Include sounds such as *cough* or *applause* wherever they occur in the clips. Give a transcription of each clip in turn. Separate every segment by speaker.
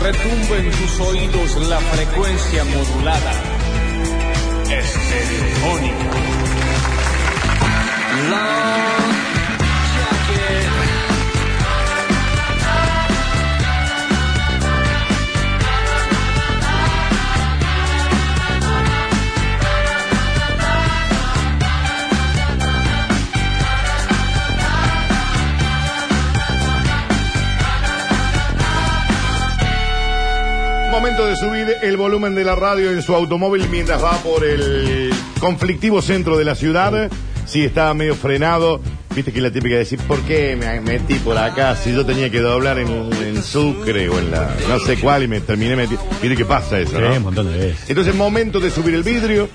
Speaker 1: retumbe en tus oídos la frecuencia modulada. Estereofónica. Long jacket.
Speaker 2: Momento de subir el volumen de la radio en su automóvil mientras va por el conflictivo centro de la ciudad. Si está medio frenado, viste que la típica de decir, ¿por qué me metí por acá? Si yo tenía que doblar en, en Sucre o en la no sé cuál y me terminé metiendo. Mire qué pasa eso,
Speaker 3: Sí, un
Speaker 2: ¿no?
Speaker 3: montón de veces.
Speaker 2: Entonces, momento de subir el vidrio,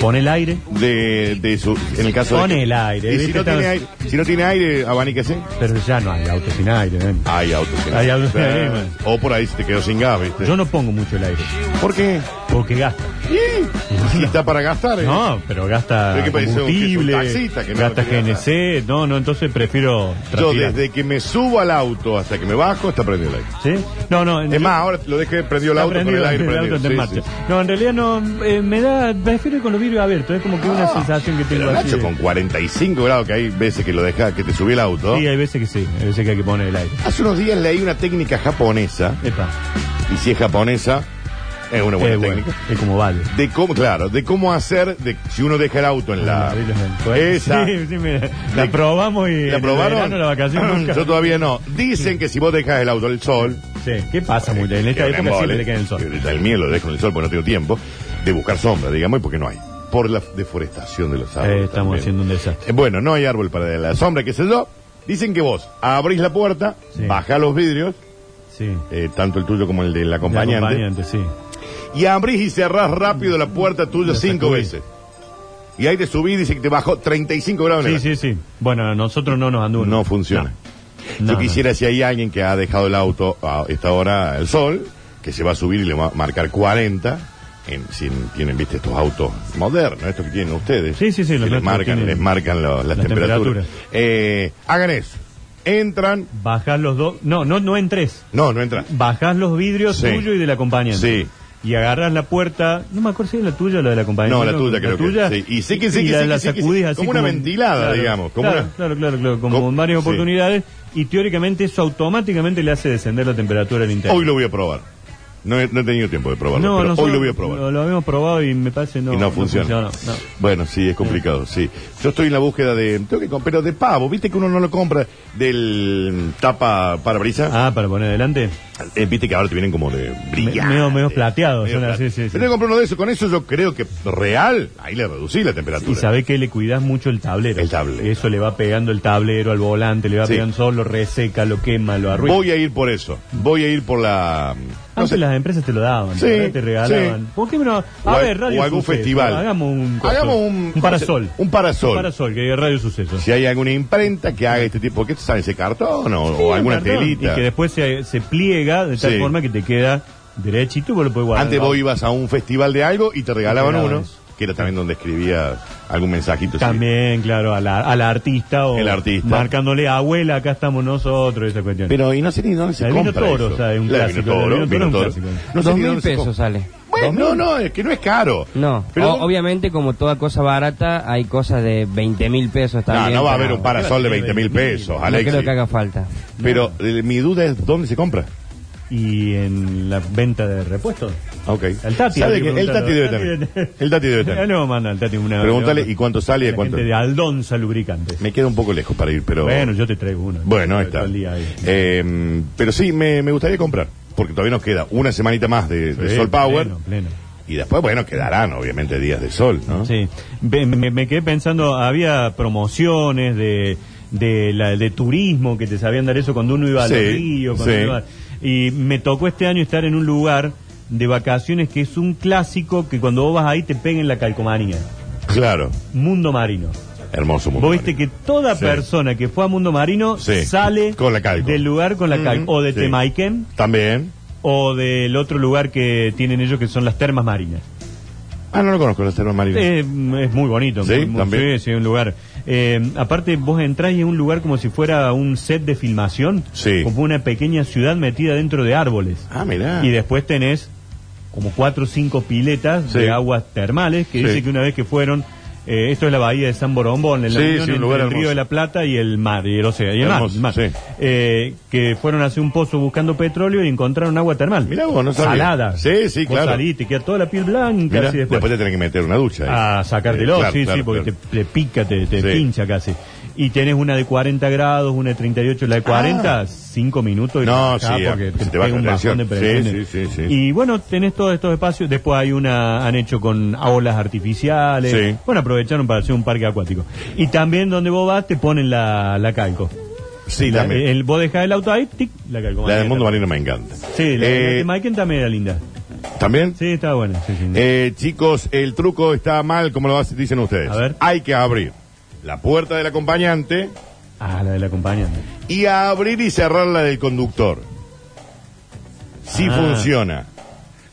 Speaker 3: Pone el aire,
Speaker 2: de, de su, en el caso
Speaker 3: Pone
Speaker 2: de. que-
Speaker 3: el aire,
Speaker 2: Y si
Speaker 3: viste,
Speaker 2: no, tiene
Speaker 3: estás-
Speaker 2: aire, si no tiene aire, abaníquese.
Speaker 3: pero ya no hay auto sin aire. nen.
Speaker 2: Hay autos que no.
Speaker 3: Hay autos que no.
Speaker 2: Eh, O por ahí se te quedó sin gas, ¿viste?
Speaker 3: Yo no pongo mucho el aire,
Speaker 2: ¿Por
Speaker 3: *laughs*
Speaker 2: qué?
Speaker 3: porque gasta.
Speaker 2: Y está para gastar, ¿eh?
Speaker 3: No, pero gasta
Speaker 2: Pero que parece un-
Speaker 3: combustible,
Speaker 2: que es un taxista que no
Speaker 3: gasta
Speaker 2: tiene nada.
Speaker 3: GNC, no, no, entonces prefiero
Speaker 2: Yo
Speaker 3: transpirar.
Speaker 2: desde que me subo al auto hasta que me bajo, está prendido el aire.
Speaker 3: ¿Sí? No, no,
Speaker 2: Es más, ahora lo dejé prendido el
Speaker 3: Está
Speaker 2: auto
Speaker 3: prendido,
Speaker 2: con el aire
Speaker 3: el
Speaker 2: prendido.
Speaker 3: auto está en
Speaker 2: Sí,
Speaker 3: marcha.
Speaker 2: sí.
Speaker 3: No, en realidad no, eh, me da, prefiero ir con los vidrios abiertos, es como que una sensación que tengo
Speaker 2: Ah, Pero
Speaker 3: así.
Speaker 2: Nacho,
Speaker 3: de-
Speaker 2: con 45 grados que hay veces que lo dejas, que te subí el auto.
Speaker 3: Sí, hay veces que sí, hay veces que hay que poner el aire.
Speaker 2: Hace unos días leí una técnica japonesa,
Speaker 3: Epa,
Speaker 2: y si es japonesa, es una buena
Speaker 3: es bueno,
Speaker 2: técnica.
Speaker 3: es como vale.
Speaker 2: De cómo, claro, de cómo hacer, de, si uno deja el auto en
Speaker 3: Ah,
Speaker 2: la... Esa.
Speaker 3: *laughs* Sí, sí, mira, La probamos y.
Speaker 2: ¿La probaron?
Speaker 3: en el verano, la vacación nunca.
Speaker 2: *laughs* Yo todavía no. Dicen que si vos dejas el auto al sol,
Speaker 3: Sí, ¿qué pasa, muy En esta
Speaker 2: Eh, Que
Speaker 3: época
Speaker 2: un embole.
Speaker 3: siempre Eh, le queda en el sol.
Speaker 2: Yo El mío lo dejo en el sol porque no tengo tiempo de buscar sombra, digamos, y porque no hay. Por la deforestación de los árboles.
Speaker 3: Eh, estamos
Speaker 2: también.
Speaker 3: haciendo un desastre.
Speaker 2: Eh, Bueno, no hay árbol para la sombra, qué sé yo. Dicen que vos abrís la puerta,
Speaker 3: Sí.
Speaker 2: bajás los vidrios,
Speaker 3: Sí.
Speaker 2: eh, tanto el tuyo como el del
Speaker 3: La
Speaker 2: acompañante,
Speaker 3: acompañante, sí.
Speaker 2: y abrís y cerrás rápido la puerta tuya
Speaker 3: La
Speaker 2: cinco
Speaker 3: sacudí.
Speaker 2: veces. Y ahí te subís, dice que te bajó 35 grados. en
Speaker 3: Sí,
Speaker 2: el-
Speaker 3: sí, sí. Bueno, a nosotros no nos anduvo.
Speaker 2: No funciona.
Speaker 3: No,
Speaker 2: Yo
Speaker 3: no.
Speaker 2: quisiera, si hay alguien que ha dejado el auto a esta hora al sol, que se va a subir y le va a marcar 40, en, si tienen, viste, estos autos modernos, estos que tienen ustedes.
Speaker 3: Sí, sí,
Speaker 2: que
Speaker 3: sí, los
Speaker 2: les
Speaker 3: nuestros
Speaker 2: marcan,
Speaker 3: tienen
Speaker 2: les marcan lo- las,
Speaker 3: las
Speaker 2: temperaturas.
Speaker 3: temperaturas.
Speaker 2: Eh, hagan eso. Entran.
Speaker 3: Bajás los dos. No, no, no entres.
Speaker 2: No, no entran.
Speaker 3: Bajás los vidrios
Speaker 2: Sí.
Speaker 3: tuyo y del acompañante.
Speaker 2: Sí.
Speaker 3: Y agarras la puerta. No me acuerdo si es la tuya o la del acompañante.
Speaker 2: No, la tuya creo que
Speaker 3: tuya.
Speaker 2: sí. Y sí que sí
Speaker 3: y
Speaker 2: que
Speaker 3: la,
Speaker 2: sí
Speaker 3: la
Speaker 2: que sí que
Speaker 3: sacudís
Speaker 2: sí.
Speaker 3: así
Speaker 2: Como una ventilada, digamos, como
Speaker 3: claro,
Speaker 2: una-
Speaker 3: claro, claro, claro, Como
Speaker 2: Co-
Speaker 3: en varias
Speaker 2: sí.
Speaker 3: oportunidades. Y teóricamente eso automáticamente le hace descender la temperatura al interior.
Speaker 2: Hoy lo voy a probar. No he, no he tenido tiempo de probarlo, pero
Speaker 3: nosotros
Speaker 2: hoy lo voy a probar.
Speaker 3: Lo, lo habíamos probado y me parece no.
Speaker 2: y no funciona.
Speaker 3: no.
Speaker 2: Bueno, sí, es complicado, sí. Yo estoy en la búsqueda de. Tengo que comp- pero de pavo, viste que uno no lo compra del tapa parabrisa.
Speaker 3: Ah, para poner adelante.
Speaker 2: Eh, viste que ahora te vienen como de eh, brillante.
Speaker 3: medio- medio plateado, suena así, sí, sí.
Speaker 2: Pero yo compré uno de esos, con eso yo creo que real, ahí le reducí la temperatura.
Speaker 3: Y sabe que le cuidas mucho el tablero.
Speaker 2: El tablero.
Speaker 3: Eso le va pegando el tablero al volante, le va
Speaker 2: Sí.
Speaker 3: pegando solo, reseca, lo quema, lo arruina.
Speaker 2: Voy a ir por eso. Voy a ir por la. no
Speaker 3: Antes
Speaker 2: sé,
Speaker 3: las empresas te lo daban,
Speaker 2: Sí,
Speaker 3: ¿verdad? te regalaban.
Speaker 2: sí.
Speaker 3: ¿Por qué no?
Speaker 2: o
Speaker 3: A
Speaker 2: al-
Speaker 3: ver, Radio
Speaker 2: o algún
Speaker 3: Suceso,
Speaker 2: festival.
Speaker 3: Hagamos un, coso.
Speaker 2: Hagamos un,
Speaker 3: Un parasol.
Speaker 2: Un parasol.
Speaker 3: Un parasol, que es Radio Suceso.
Speaker 2: Si hay alguna imprenta que haga este tipo, ¿qué sale ese cartón o, o alguna
Speaker 3: Perdón,
Speaker 2: telita?
Speaker 3: Y que después se, se pliega de tal
Speaker 2: Sí.
Speaker 3: forma que te queda derechito y vos lo podés guardar.
Speaker 2: Antes vos ibas a un festival de algo y te regalaban
Speaker 3: Te
Speaker 2: uno,
Speaker 3: regalaban
Speaker 2: que era también donde escribía algún mensajito.
Speaker 3: También, claro, a la, a la artista o
Speaker 2: El artista.
Speaker 3: marcándole abuela, acá estamos nosotros, esa cuestión.
Speaker 2: Sí. Pero y no sé ni dónde se
Speaker 3: El vino
Speaker 2: compra
Speaker 3: toro,
Speaker 2: eso.
Speaker 3: o sea, es un
Speaker 2: La
Speaker 3: clásico,
Speaker 2: Vino toro,
Speaker 3: el
Speaker 2: vino
Speaker 3: vino toro
Speaker 2: toro.
Speaker 3: es un clásico.
Speaker 2: No sé
Speaker 4: Dos
Speaker 2: ni
Speaker 4: mil
Speaker 2: dónde se
Speaker 4: pesos
Speaker 2: compra.
Speaker 4: sale.
Speaker 2: Bueno,
Speaker 4: Dos mil.
Speaker 2: no, no, es que no es caro.
Speaker 4: No,
Speaker 2: Pero
Speaker 4: o-
Speaker 2: ¿dónde-
Speaker 4: obviamente como toda cosa barata hay cosas de 20 mil pesos
Speaker 2: No,
Speaker 4: también.
Speaker 2: no va a
Speaker 4: pero
Speaker 2: haber un parasol de 20 mil pesos,
Speaker 4: No
Speaker 2: Alexis.
Speaker 4: creo que haga falta.
Speaker 2: Pero eh, mi duda es dónde se compra.
Speaker 3: Y en la venta de repuestos.
Speaker 4: Ah,
Speaker 2: Ok.
Speaker 3: El Tati.
Speaker 2: ¿Sabe
Speaker 3: hay que
Speaker 2: que el Tati
Speaker 3: preguntarle.
Speaker 2: debe tener. El Tati debe
Speaker 3: Ah,
Speaker 2: tener.
Speaker 3: *laughs* no, manda el Tati una.
Speaker 2: Pregúntale, ¿y cuánto sale y
Speaker 3: La
Speaker 2: cuánto?
Speaker 3: gente de Aldonza Lubricantes.
Speaker 2: Me queda un poco lejos para ir, pero.
Speaker 3: Bueno, yo te traigo uno.
Speaker 2: Bueno, ahí
Speaker 3: Todo
Speaker 2: está.
Speaker 3: el día ahí.
Speaker 2: Eh, pero sí, me, me gustaría comprar, porque todavía nos queda una semanita más de, de
Speaker 3: Sí,
Speaker 2: Sol Power.
Speaker 3: pleno, pleno.
Speaker 2: Y después, bueno, quedarán obviamente días de sol, ¿no?
Speaker 3: Sí. Ve- Me, me quedé pensando, había promociones de, de, la- de turismo que te sabían dar eso cuando uno iba al
Speaker 2: Sí,
Speaker 3: río. cuando
Speaker 2: sí.
Speaker 3: iba- y me tocó este año estar en un lugar de vacaciones que es un clásico que cuando vos vas ahí te peguen la calcomanía.
Speaker 2: Claro,
Speaker 3: Mundo Marino.
Speaker 2: hermoso mundo.
Speaker 3: Vos viste que
Speaker 2: marino.
Speaker 3: toda
Speaker 2: Sí.
Speaker 3: persona que fue a Mundo Marino
Speaker 2: Sí,
Speaker 3: sale
Speaker 2: con la calco. Mm,
Speaker 3: del lugar con la calco. O de
Speaker 2: sí.
Speaker 3: Temaiken
Speaker 2: También.
Speaker 3: o del otro lugar que tienen ellos que son las termas marinas.
Speaker 2: Ah, no lo conozco, las termas marinas.
Speaker 3: Eh, es muy bonito.
Speaker 2: Sí,
Speaker 3: muy- muy-
Speaker 2: también.
Speaker 3: Sí, sí, un lugar. Eh, aparte, vos entrás y es un lugar como si fuera un set de filmación.
Speaker 2: Sí.
Speaker 3: Como una pequeña ciudad metida dentro de árboles.
Speaker 2: Ah, mirá.
Speaker 3: Y después tenés como cuatro o cinco piletas
Speaker 2: Sí.
Speaker 3: de aguas termales que
Speaker 2: Sí.
Speaker 3: dice que una vez que fueron. eh, esto es la bahía de San Borombón, en la
Speaker 2: Sí,
Speaker 3: unión
Speaker 2: sí, un
Speaker 3: entre
Speaker 2: lugar
Speaker 3: el
Speaker 2: hermoso.
Speaker 3: río de la Plata y el mar, y el océano, y el mar,
Speaker 2: Hermoso,
Speaker 3: mar.
Speaker 2: sí.
Speaker 3: Eh, que fueron hacia un pozo buscando petróleo y encontraron agua termal.
Speaker 2: Mirá vos, no sabía.
Speaker 3: Salada.
Speaker 2: Sí, sí,
Speaker 3: Vos
Speaker 2: claro.
Speaker 3: salís, te queda toda la piel blanca.
Speaker 2: Mirá,
Speaker 3: así
Speaker 2: después te tenés que meter una ducha. ahí.
Speaker 3: a sacártelo,
Speaker 2: Eh, claro,
Speaker 3: sí,
Speaker 2: claro,
Speaker 3: sí, porque
Speaker 2: claro.
Speaker 3: Te, te pica, te, te
Speaker 2: Sí.
Speaker 3: pincha casi. Y tenés una de 40 grados, una de 38, la de 40, 5 minutos y
Speaker 2: Ah. No,
Speaker 3: para acá
Speaker 2: sí,
Speaker 3: porque
Speaker 2: se
Speaker 3: te,
Speaker 2: te
Speaker 3: pega
Speaker 2: baja
Speaker 3: un
Speaker 2: la
Speaker 3: bajón de
Speaker 2: presión. Sí,
Speaker 3: presión.
Speaker 2: sí, sí, sí.
Speaker 3: Y bueno, tenés todos estos espacios. Después hay una, han hecho con olas artificiales.
Speaker 2: Sí.
Speaker 3: Bueno, aprovecharon para hacer un parque acuático. Y también donde vos vas te ponen la, la calco.
Speaker 2: Sí,
Speaker 3: La-
Speaker 2: la, me-
Speaker 3: el, vos dejás el auto ahí, tic, la calco.
Speaker 2: la del mundo marino me encanta.
Speaker 3: Sí, la
Speaker 2: Eh,
Speaker 3: de Maiken también era linda.
Speaker 2: ¿También?
Speaker 3: Sí, estaba buena. sí, sí.
Speaker 2: Eh, chicos, el truco está mal, como lo hacen- dicen ustedes.
Speaker 3: A ver.
Speaker 2: Hay que abrir la puerta del acompañante
Speaker 3: Ah, la del acompañante.
Speaker 2: y abrir y cerrar la del conductor. Sí
Speaker 3: Ah.
Speaker 2: funciona.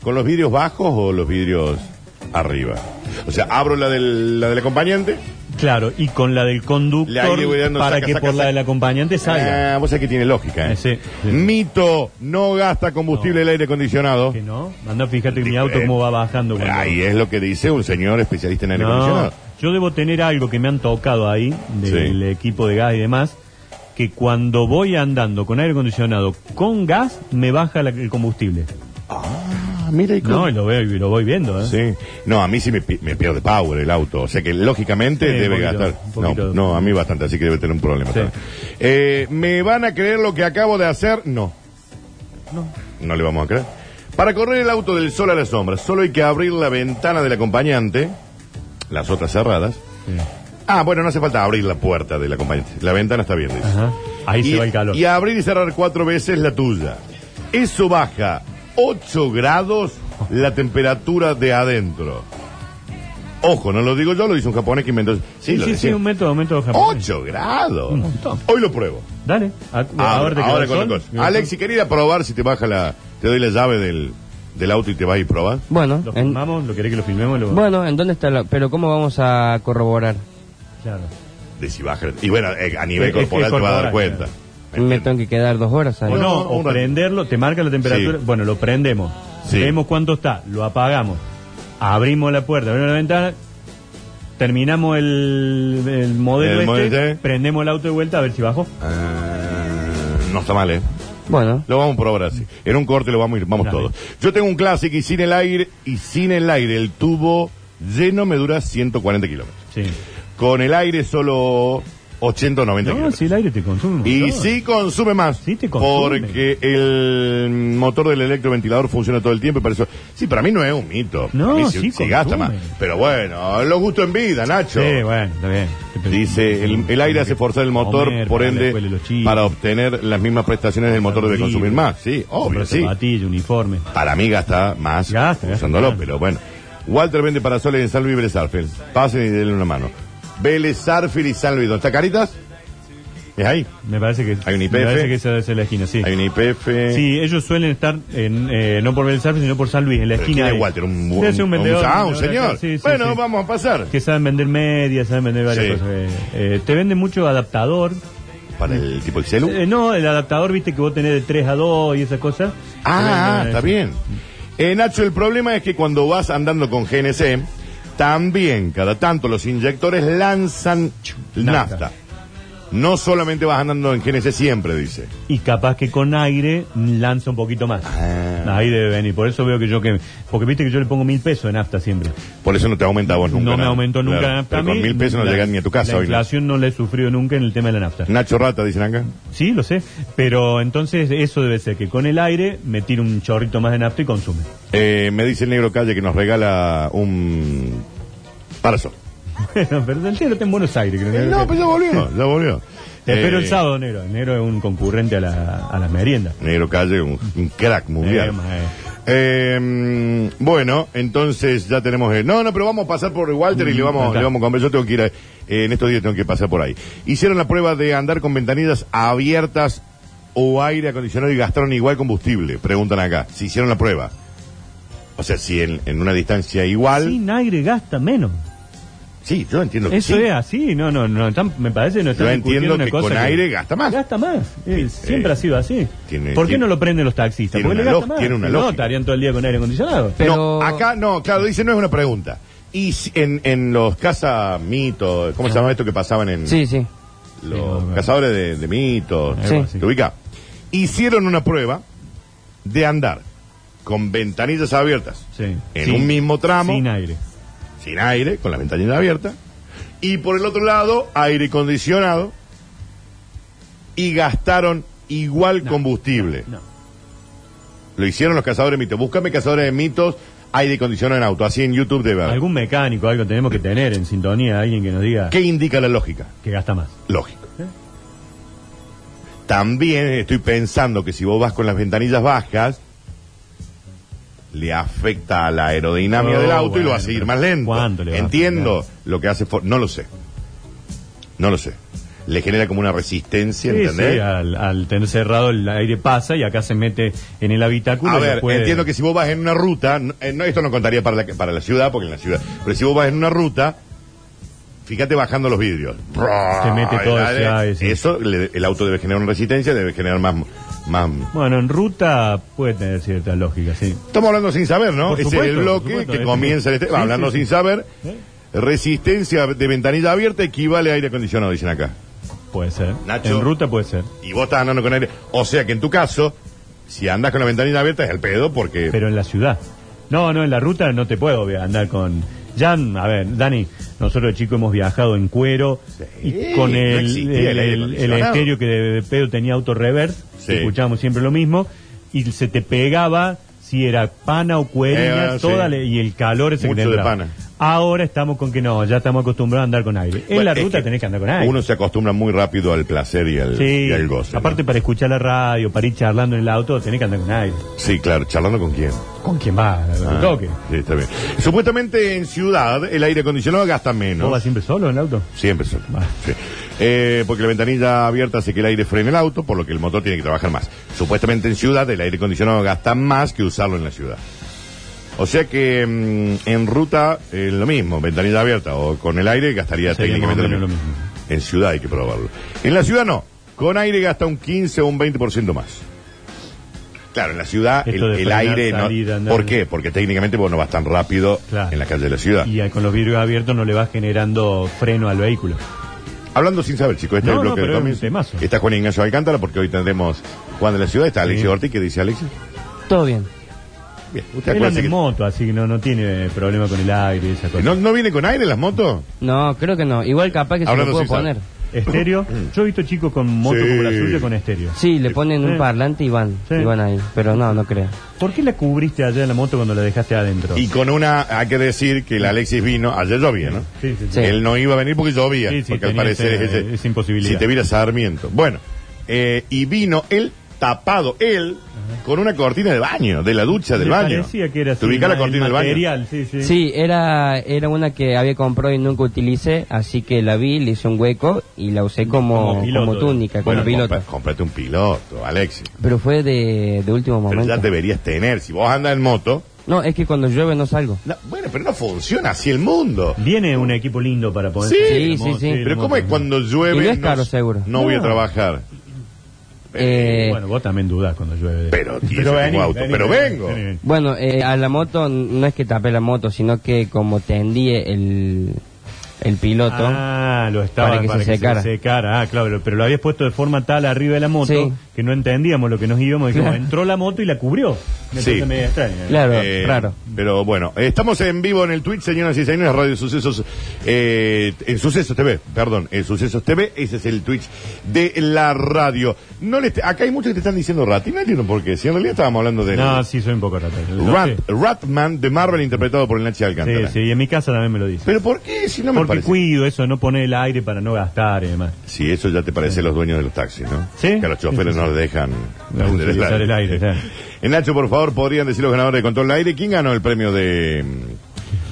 Speaker 2: ¿Con los vidrios bajos o los vidrios arriba? O sea, abro la del, la del acompañante.
Speaker 3: Claro, y con la del
Speaker 2: Le ahí
Speaker 3: conductor
Speaker 2: le voy dando
Speaker 3: para
Speaker 2: saca,
Speaker 3: que
Speaker 2: saca,
Speaker 3: por la
Speaker 2: saca.
Speaker 3: del acompañante salga.
Speaker 2: Ah, vos sabés que tiene lógica, ¿eh?
Speaker 3: Eh, sí, sí.
Speaker 2: Mito, no gasta combustible
Speaker 3: No.
Speaker 2: el aire acondicionado.
Speaker 3: Que no, anda, fíjate que mi
Speaker 2: Digo,
Speaker 3: auto
Speaker 2: eh,
Speaker 3: cómo va bajando. cuando-
Speaker 2: Ahí es lo que dice un señor especialista en aire
Speaker 3: No,
Speaker 2: acondicionado.
Speaker 3: yo debo tener algo que me han tocado ahí, del
Speaker 2: Sí.
Speaker 3: equipo de gas y demás, que cuando voy andando con aire acondicionado con gas, me baja la- el combustible.
Speaker 2: Ah, mira y cómo-
Speaker 3: No, y lo veo y lo voy viendo, ¿eh?
Speaker 2: Sí. No, a mí sí me, pi- me pierde power el auto. O sea que lógicamente
Speaker 3: Sí, un
Speaker 2: debe
Speaker 3: poquito,
Speaker 2: gastar.
Speaker 3: un
Speaker 2: No,
Speaker 3: poquito.
Speaker 2: no, a mí bastante, así que debe tener un problema.
Speaker 3: Sí.
Speaker 2: también. Eh, ¿Me van a creer lo que acabo de hacer? No. No. No le vamos a creer. Para correr el auto del sol a la sombra, solo hay que abrir la ventana del acompañante, las otras cerradas. Ah, bueno, no hace falta abrir la puerta del acompañante. La ventana está bien, dice.
Speaker 3: Ajá. Ahí
Speaker 2: y,
Speaker 3: se va el calor.
Speaker 2: y abrir y cerrar cuatro veces la tuya. Eso baja 8 grados la temperatura de adentro. Ojo, no lo digo yo, lo dice un japonés que inventó. Sí,
Speaker 3: Sí,
Speaker 2: lo
Speaker 3: sí, sí,
Speaker 2: decía.
Speaker 3: un método, un método japonés.
Speaker 2: 8 grados.
Speaker 3: Un montón.
Speaker 2: Hoy lo pruebo.
Speaker 3: Dale, a-
Speaker 2: Ah,
Speaker 3: ahora te quedó
Speaker 2: ahora
Speaker 3: el
Speaker 2: con
Speaker 3: sol.
Speaker 2: la cosa. Alex, si quería probar, si te baja la. Te doy la llave del, del auto y te vas y probás.
Speaker 4: Bueno,
Speaker 3: ¿Lo
Speaker 4: en,
Speaker 3: filmamos? ¿Lo querés que lo filmemos? Lo-
Speaker 4: bueno, ¿en dónde está la...? Pero ¿cómo vamos a corroborar?
Speaker 3: Claro.
Speaker 2: De si baja. Y bueno, eh, a nivel
Speaker 3: Es- es
Speaker 2: corporal te vas a dar
Speaker 3: corporal,
Speaker 2: cuenta.
Speaker 4: Me tengo que quedar dos horas ahí.
Speaker 3: O
Speaker 2: No,
Speaker 3: no,
Speaker 2: no,
Speaker 3: o
Speaker 2: un rato.
Speaker 3: prenderlo, te marca la temperatura.
Speaker 2: Sí.
Speaker 3: Bueno, lo prendemos.
Speaker 2: Sí.
Speaker 3: Vemos cuánto está, lo apagamos. Abrimos la puerta, abrimos la ventana. Terminamos el, el modelo
Speaker 2: El
Speaker 3: este,
Speaker 2: modelo este.
Speaker 3: prendemos el auto de vuelta a ver si bajó.
Speaker 2: Ah, no está mal, ¿eh?
Speaker 4: Bueno,
Speaker 2: Lo vamos a probar así. En un corte lo vamos a ir, vamos
Speaker 3: Dale.
Speaker 2: todos. Yo tengo un clásico y sin el aire, y sin el aire, el tubo lleno me dura 140 kilómetros.
Speaker 3: Sí.
Speaker 2: Con el aire solo 80 o 90
Speaker 3: No,
Speaker 2: kilómetros.
Speaker 3: si el aire te consume. un
Speaker 2: Y
Speaker 3: montón.
Speaker 2: sí consume más.
Speaker 3: Sí te consume.
Speaker 2: Porque el motor del electroventilador funciona todo el tiempo y para eso... Sí, para mí no es un mito.
Speaker 3: No,
Speaker 2: Para mí
Speaker 3: sí
Speaker 2: se gasta más.
Speaker 3: consume.
Speaker 2: Pero bueno, lo gusto en vida, Nacho.
Speaker 3: Sí, bueno, está bien.
Speaker 2: Dice, el, el aire hace forzar el motor,
Speaker 3: Comer,
Speaker 2: por
Speaker 3: para la
Speaker 2: ende,
Speaker 3: escuela y los chicos.
Speaker 2: para obtener las mismas prestaciones del motor debe
Speaker 3: Libre.
Speaker 2: consumir más. Sí, obvio,
Speaker 3: Comprar
Speaker 2: sí.
Speaker 3: zapatillas, uniforme.
Speaker 2: Para mí gasta más
Speaker 3: Gasta, gasta,
Speaker 2: usándolo,
Speaker 3: claro.
Speaker 2: pero bueno. Walter vende parasoles en Salvi y Vélez Arfield. Pasen y denle una mano. Vélez Arfield y Salvi. ¿Dónde está Caritas? Es ahí.
Speaker 3: Me parece que.
Speaker 2: Hay un IPF.
Speaker 3: Me parece que esa es la esquina, sí.
Speaker 2: Hay un IPF.
Speaker 3: Sí, ellos suelen estar en, eh, no por Belsalve, sino por San Luis, en la
Speaker 2: Pero
Speaker 3: esquina.
Speaker 2: ¿quién es
Speaker 3: ahí.
Speaker 2: Walter? Un,
Speaker 3: Debe ser un vendedor.
Speaker 2: ah, un
Speaker 3: vendedor de
Speaker 2: señor.
Speaker 3: acá, sí, sí,
Speaker 2: bueno,
Speaker 3: sí.
Speaker 2: vamos a pasar.
Speaker 3: que saben vender medias, saben vender varias
Speaker 2: Sí.
Speaker 3: cosas. eh, eh, te venden mucho adaptador.
Speaker 2: Para el tipo Excel.
Speaker 3: Eh, no, el adaptador, viste, que vos tenés de 3 a 2 y esas cosas.
Speaker 2: Ah,
Speaker 3: Te venden, eh,
Speaker 2: está bien. Eh, Nacho, el problema es que cuando vas andando con GNC, también cada tanto los inyectores lanzan
Speaker 3: nafta.
Speaker 2: nafta. No solamente vas andando en GNC siempre, dice.
Speaker 3: Y capaz que con aire lanza un poquito más.
Speaker 2: Ah.
Speaker 3: Ahí debe venir. Por eso veo que yo que. Porque viste que yo le pongo mil pesos en nafta siempre.
Speaker 2: Por eso no te aumenta a vos nunca.
Speaker 3: no me
Speaker 2: nada.
Speaker 3: aumentó nunca
Speaker 2: Claro.
Speaker 3: la nafta.
Speaker 2: Pero
Speaker 3: a
Speaker 2: con
Speaker 3: mí.
Speaker 2: mil pesos no
Speaker 3: La-
Speaker 2: llegas ni a tu casa
Speaker 3: La
Speaker 2: hoy. ¿no?
Speaker 3: inflación no la he sufrido nunca en el tema de la nafta.
Speaker 2: Nacho Rata, dicen acá.
Speaker 3: Sí, lo sé. Pero entonces eso debe ser que con el aire me tira un chorrito más de nafta y consume. *laughs*
Speaker 2: Eh, me dice el negro calle que nos regala un parasol.
Speaker 3: Pero el negro está en Buenos Aires, creo que-
Speaker 2: No, pues ya volvió. Ya volvió.
Speaker 3: Te espero el
Speaker 2: Eh,
Speaker 3: sábado, Negro. El Negro es un concurrente a la, a la merienda.
Speaker 2: Negro Calle, un, un crack mundial.
Speaker 3: Eh, maestro.
Speaker 2: Eh, bueno, entonces ya tenemos. el- no, no, pero vamos a pasar por Walter y le vamos,
Speaker 3: acá.
Speaker 2: le vamos a comprar. Yo tengo que ir. a- eh, en estos días tengo que pasar por ahí. Hicieron la prueba de andar con ventanillas abiertas o aire acondicionado y gastaron igual combustible. Preguntan acá. Si hicieron la prueba. O sea, si en, en una distancia igual.
Speaker 3: Sin aire gasta menos.
Speaker 2: Sí, yo entiendo que
Speaker 3: Eso
Speaker 2: sí.
Speaker 3: es así, no, no, no, están- me parece que no están
Speaker 2: Yo entiendo
Speaker 3: discutiendo una
Speaker 2: que
Speaker 3: cosa
Speaker 2: con aire gasta más.
Speaker 3: Gasta más, eh,
Speaker 2: Sí,
Speaker 3: siempre
Speaker 2: eh,
Speaker 3: ha sido así.
Speaker 2: tiene-
Speaker 3: ¿Por qué
Speaker 2: tiene-
Speaker 3: no lo prenden los taxistas?
Speaker 2: tiene
Speaker 3: Porque le
Speaker 2: una
Speaker 3: gasta
Speaker 2: lógica,
Speaker 3: más.
Speaker 2: tiene una
Speaker 3: no,
Speaker 2: lógica.
Speaker 3: estarían todo el día con aire acondicionado.
Speaker 4: Pero-
Speaker 2: No, acá no, claro, dice, no es una pregunta. Y si- en, en los cazamitos, ¿cómo se llama esto que pasaban en
Speaker 4: Sí, sí.
Speaker 2: los cazadores de, de mitos?
Speaker 3: Algo
Speaker 4: Sí.
Speaker 3: así.
Speaker 2: ¿Te ubica? Hicieron una prueba de andar con ventanillas abiertas
Speaker 3: Sí.
Speaker 2: en
Speaker 3: Sin-
Speaker 2: un mismo tramo,
Speaker 3: Sin
Speaker 2: sin,
Speaker 3: aire.
Speaker 2: aire, con las ventanillas abiertas, y por el otro lado, aire acondicionado, y gastaron igual combustible.
Speaker 3: No.
Speaker 2: Lo hicieron los cazadores de mitos. Búscame cazadores de mitos, aire acondicionado en auto. Así en YouTube debe haber.
Speaker 3: Algún mecánico, algo tenemos que tener en sintonía, alguien que nos diga
Speaker 2: ¿Qué indica la lógica?
Speaker 3: que gasta más.
Speaker 2: Lógico. También estoy pensando que si vos vas con las ventanillas bajas, le afecta a la aerodinámica
Speaker 3: Oh,
Speaker 2: del auto y lo
Speaker 3: bueno,
Speaker 2: hace ir
Speaker 3: pero
Speaker 2: más lento.
Speaker 3: ¿cuánto le va a
Speaker 2: Entiendo lo que hace Ford. No lo sé. No lo sé. Le genera como una resistencia,
Speaker 3: Sí,
Speaker 2: ¿entendés?
Speaker 3: sí, al, al tener cerrado el aire pasa y acá se mete en el habitáculo.
Speaker 2: A
Speaker 3: y no
Speaker 2: ver,
Speaker 3: puede-
Speaker 2: entiendo que si vos vas en una ruta, no, eh, no, esto no contaría para la, para la ciudad, porque en la ciudad, pero si vos vas en una ruta, fíjate bajando los vidrios.
Speaker 3: Te mete todo
Speaker 2: ¿verdad?
Speaker 3: ese aire, sí.
Speaker 2: Eso, le- el auto debe generar una resistencia, debe generar más... más...
Speaker 3: Bueno, en ruta puede tener cierta lógica, sí.
Speaker 2: Estamos hablando sin saber, ¿no?
Speaker 3: Por
Speaker 2: Ese es
Speaker 3: supuesto,
Speaker 2: el bloque
Speaker 3: por supuesto,
Speaker 2: que
Speaker 3: es-
Speaker 2: comienza el este-
Speaker 3: sí,
Speaker 2: va, hablando
Speaker 3: sí, sí.
Speaker 2: sin saber.
Speaker 3: ¿Eh?
Speaker 2: Resistencia de ventanilla abierta equivale a aire acondicionado, dicen acá.
Speaker 3: Puede ser.
Speaker 2: Nacho.
Speaker 3: En ruta puede ser.
Speaker 2: Y vos estás andando con aire. O sea que en tu caso, si andas con la ventanilla abierta es el pedo porque...
Speaker 3: Pero en la ciudad. No, no, en la ruta no te puedo via- andar con. Ya, a ver, Dani, nosotros de chico hemos viajado en cuero y con
Speaker 2: no
Speaker 3: el,
Speaker 2: existía el
Speaker 3: el,
Speaker 2: aire
Speaker 3: el- el
Speaker 2: acondicionado.
Speaker 3: estéreo que de, de pedo tenía auto reverse,
Speaker 2: Sí.
Speaker 3: que escuchábamos siempre lo mismo, y se te pegaba si era pana o cuerina,
Speaker 2: Eh,
Speaker 3: toda
Speaker 2: sí.
Speaker 3: la- y el calor ese
Speaker 2: Mucho
Speaker 3: que
Speaker 2: de
Speaker 3: te entraba.
Speaker 2: pana.
Speaker 3: Ahora estamos con que no, ya estamos acostumbrados a andar con aire. En
Speaker 2: Bueno,
Speaker 3: la
Speaker 2: es
Speaker 3: ruta
Speaker 2: que
Speaker 3: tenés que andar con aire.
Speaker 2: Uno se acostumbra muy rápido al placer y al,
Speaker 3: Sí.
Speaker 2: y al goce. ¿no?
Speaker 3: Aparte para escuchar la radio, para ir charlando en el auto, tenés que andar con aire.
Speaker 2: Sí, claro, charlando con quién.
Speaker 3: ¿Con quién va?
Speaker 2: Ah,
Speaker 3: toque.
Speaker 2: Sí, está bien. Supuestamente en ciudad el aire acondicionado gasta
Speaker 3: ¿Vos vas
Speaker 2: menos.
Speaker 3: siempre solo en el auto?
Speaker 2: Siempre solo.
Speaker 3: Ah.
Speaker 2: Sí. Eh, porque la ventanilla abierta hace que el aire frene el auto, por lo que el motor tiene que trabajar más. Supuestamente en ciudad el aire acondicionado gasta más que usarlo en la ciudad. O sea que mm, en ruta eh, lo mismo, ventanilla abierta o con el aire gastaría
Speaker 3: Sería más o
Speaker 2: técnicamente lo
Speaker 3: menos
Speaker 2: mismo.
Speaker 3: lo mismo.
Speaker 2: En ciudad hay que probarlo. En la ciudad no, con aire gasta un 15 o un 20% más. Claro, en la ciudad el,
Speaker 3: Esto de
Speaker 2: el
Speaker 3: frenar,
Speaker 2: aire no.
Speaker 3: salir, andar.
Speaker 2: ¿Por qué? Porque técnicamente vos no vas tan rápido
Speaker 3: Claro.
Speaker 2: en la calle de la ciudad.
Speaker 3: Y al- con los vidrios abiertos no le vas generando freno al vehículo.
Speaker 2: Hablando sin saber, chicos, este
Speaker 3: No,
Speaker 2: es el
Speaker 3: no,
Speaker 2: bloque
Speaker 3: pero
Speaker 2: de
Speaker 3: es un
Speaker 2: comienzo.
Speaker 3: temazo.
Speaker 2: Está Juan Ignacio Alcántara porque hoy tendremos Juan de la Ciudad. Está Alexis
Speaker 3: Sí.
Speaker 2: Ortiz, que dice Alexis.
Speaker 4: Todo bien.
Speaker 2: Bien, usted
Speaker 3: Él anda
Speaker 2: acuérdese
Speaker 3: en
Speaker 2: que-
Speaker 3: moto, así que no, no tiene problema con el aire y esa cosa.
Speaker 2: ¿No, ¿No viene con aire las motos?
Speaker 4: No, creo que no. Igual capaz que se
Speaker 2: Ahora
Speaker 4: lo
Speaker 2: no
Speaker 4: puedo
Speaker 2: se sabe.
Speaker 4: poner.
Speaker 2: *laughs*
Speaker 3: Estéreo. Yo he visto chicos con moto
Speaker 2: Mm. Sí.
Speaker 3: como la suya con estéreo.
Speaker 4: Sí, le ponen
Speaker 3: Sí.
Speaker 4: un parlante y van,
Speaker 3: Sí.
Speaker 4: y van ahí. Pero no, no creo.
Speaker 3: ¿Por qué la cubriste allá en la moto cuando la dejaste adentro?
Speaker 2: Y con una, hay que decir que el Alexis vino, ayer llovía, ¿no?
Speaker 3: Sí, sí, sí.
Speaker 4: Sí.
Speaker 2: Él no iba a venir porque llovía,
Speaker 3: Sí, sí,
Speaker 2: porque al
Speaker 3: tenía
Speaker 2: parecer
Speaker 3: ese-
Speaker 2: es, ese-
Speaker 3: esa imposibilidad.
Speaker 2: Si te viera Sarmiento. Bueno, eh, y vino él tapado, él, con una cortina de baño, de la ducha del
Speaker 3: Me
Speaker 2: baño.
Speaker 3: Parecía que era así,
Speaker 2: ¿Te ubicás la
Speaker 3: el
Speaker 2: cortina del baño?
Speaker 3: material, sí, sí.
Speaker 4: Sí, era, era una que había comprado y nunca utilicé, así que la vi, le hice un hueco y la usé como,
Speaker 3: Como piloto.
Speaker 4: como túnica,
Speaker 2: Bueno,
Speaker 4: como piloto.
Speaker 2: compra- cómprate un piloto, Alexis.
Speaker 4: Pero fue de, de último
Speaker 2: Pero
Speaker 4: momento.
Speaker 2: ya deberías tener, si vos andas en moto,
Speaker 4: No, es que cuando llueve no salgo.
Speaker 2: No, bueno, pero no funciona así el mundo.
Speaker 3: Viene un equipo lindo para poner.
Speaker 2: Sí.
Speaker 4: Sí, sí, sí.
Speaker 2: Pero ¿cómo es cuando llueve?
Speaker 4: Y no es
Speaker 2: no-
Speaker 4: caro, seguro.
Speaker 2: No, voy a trabajar.
Speaker 4: Eh,
Speaker 3: Bueno, vos también dudás cuando llueve.
Speaker 2: Pero, tío, yo tengo auto, pero vengo.
Speaker 4: Bueno, eh, a la moto no es que tapé la moto, sino que como tendí el, el piloto.
Speaker 3: Ah, lo estaba
Speaker 4: Para que se secara.
Speaker 3: secara. Ah, claro, pero lo habías puesto de forma tal arriba de la moto
Speaker 4: Sí.
Speaker 3: que no entendíamos lo que nos íbamos. Dijimos,
Speaker 4: Claro.
Speaker 3: entró la moto y la cubrió. Me
Speaker 2: Sí.
Speaker 3: parece medio extraño.
Speaker 4: Claro,
Speaker 2: Eh,
Speaker 4: raro.
Speaker 2: Pero bueno, eh, estamos en vivo en el Twitch, señoras y señores, Radio Sucesos, eh, en Sucesos TV, perdón, en Sucesos TV, ese es el Twitch de la radio. No le te- acá hay muchos que te están diciendo rat, y no entiendo por qué, si en realidad estábamos hablando de
Speaker 3: No, sí, soy un poco rata. Lo
Speaker 2: Rat-
Speaker 3: sé.
Speaker 2: Ratman de Marvel interpretado por el Nachi
Speaker 3: Sí,
Speaker 2: Alcántara.
Speaker 3: sí, y en mi casa también me lo dicen.
Speaker 2: Pero ¿por qué? Si no me
Speaker 3: Porque
Speaker 2: parece.
Speaker 3: cuido eso, no poner el aire para no gastar y demás.
Speaker 2: Sí, eso ya te parece los dueños de los taxis, ¿no?
Speaker 3: Sí.
Speaker 2: Que a los choferes
Speaker 3: Sí, sí,
Speaker 2: no les dejan
Speaker 3: No, utilizar el aire, claro.
Speaker 2: Eh, Nacho, por favor, podrían decir los ganadores de Control del Aire. ¿Quién ganó el premio de,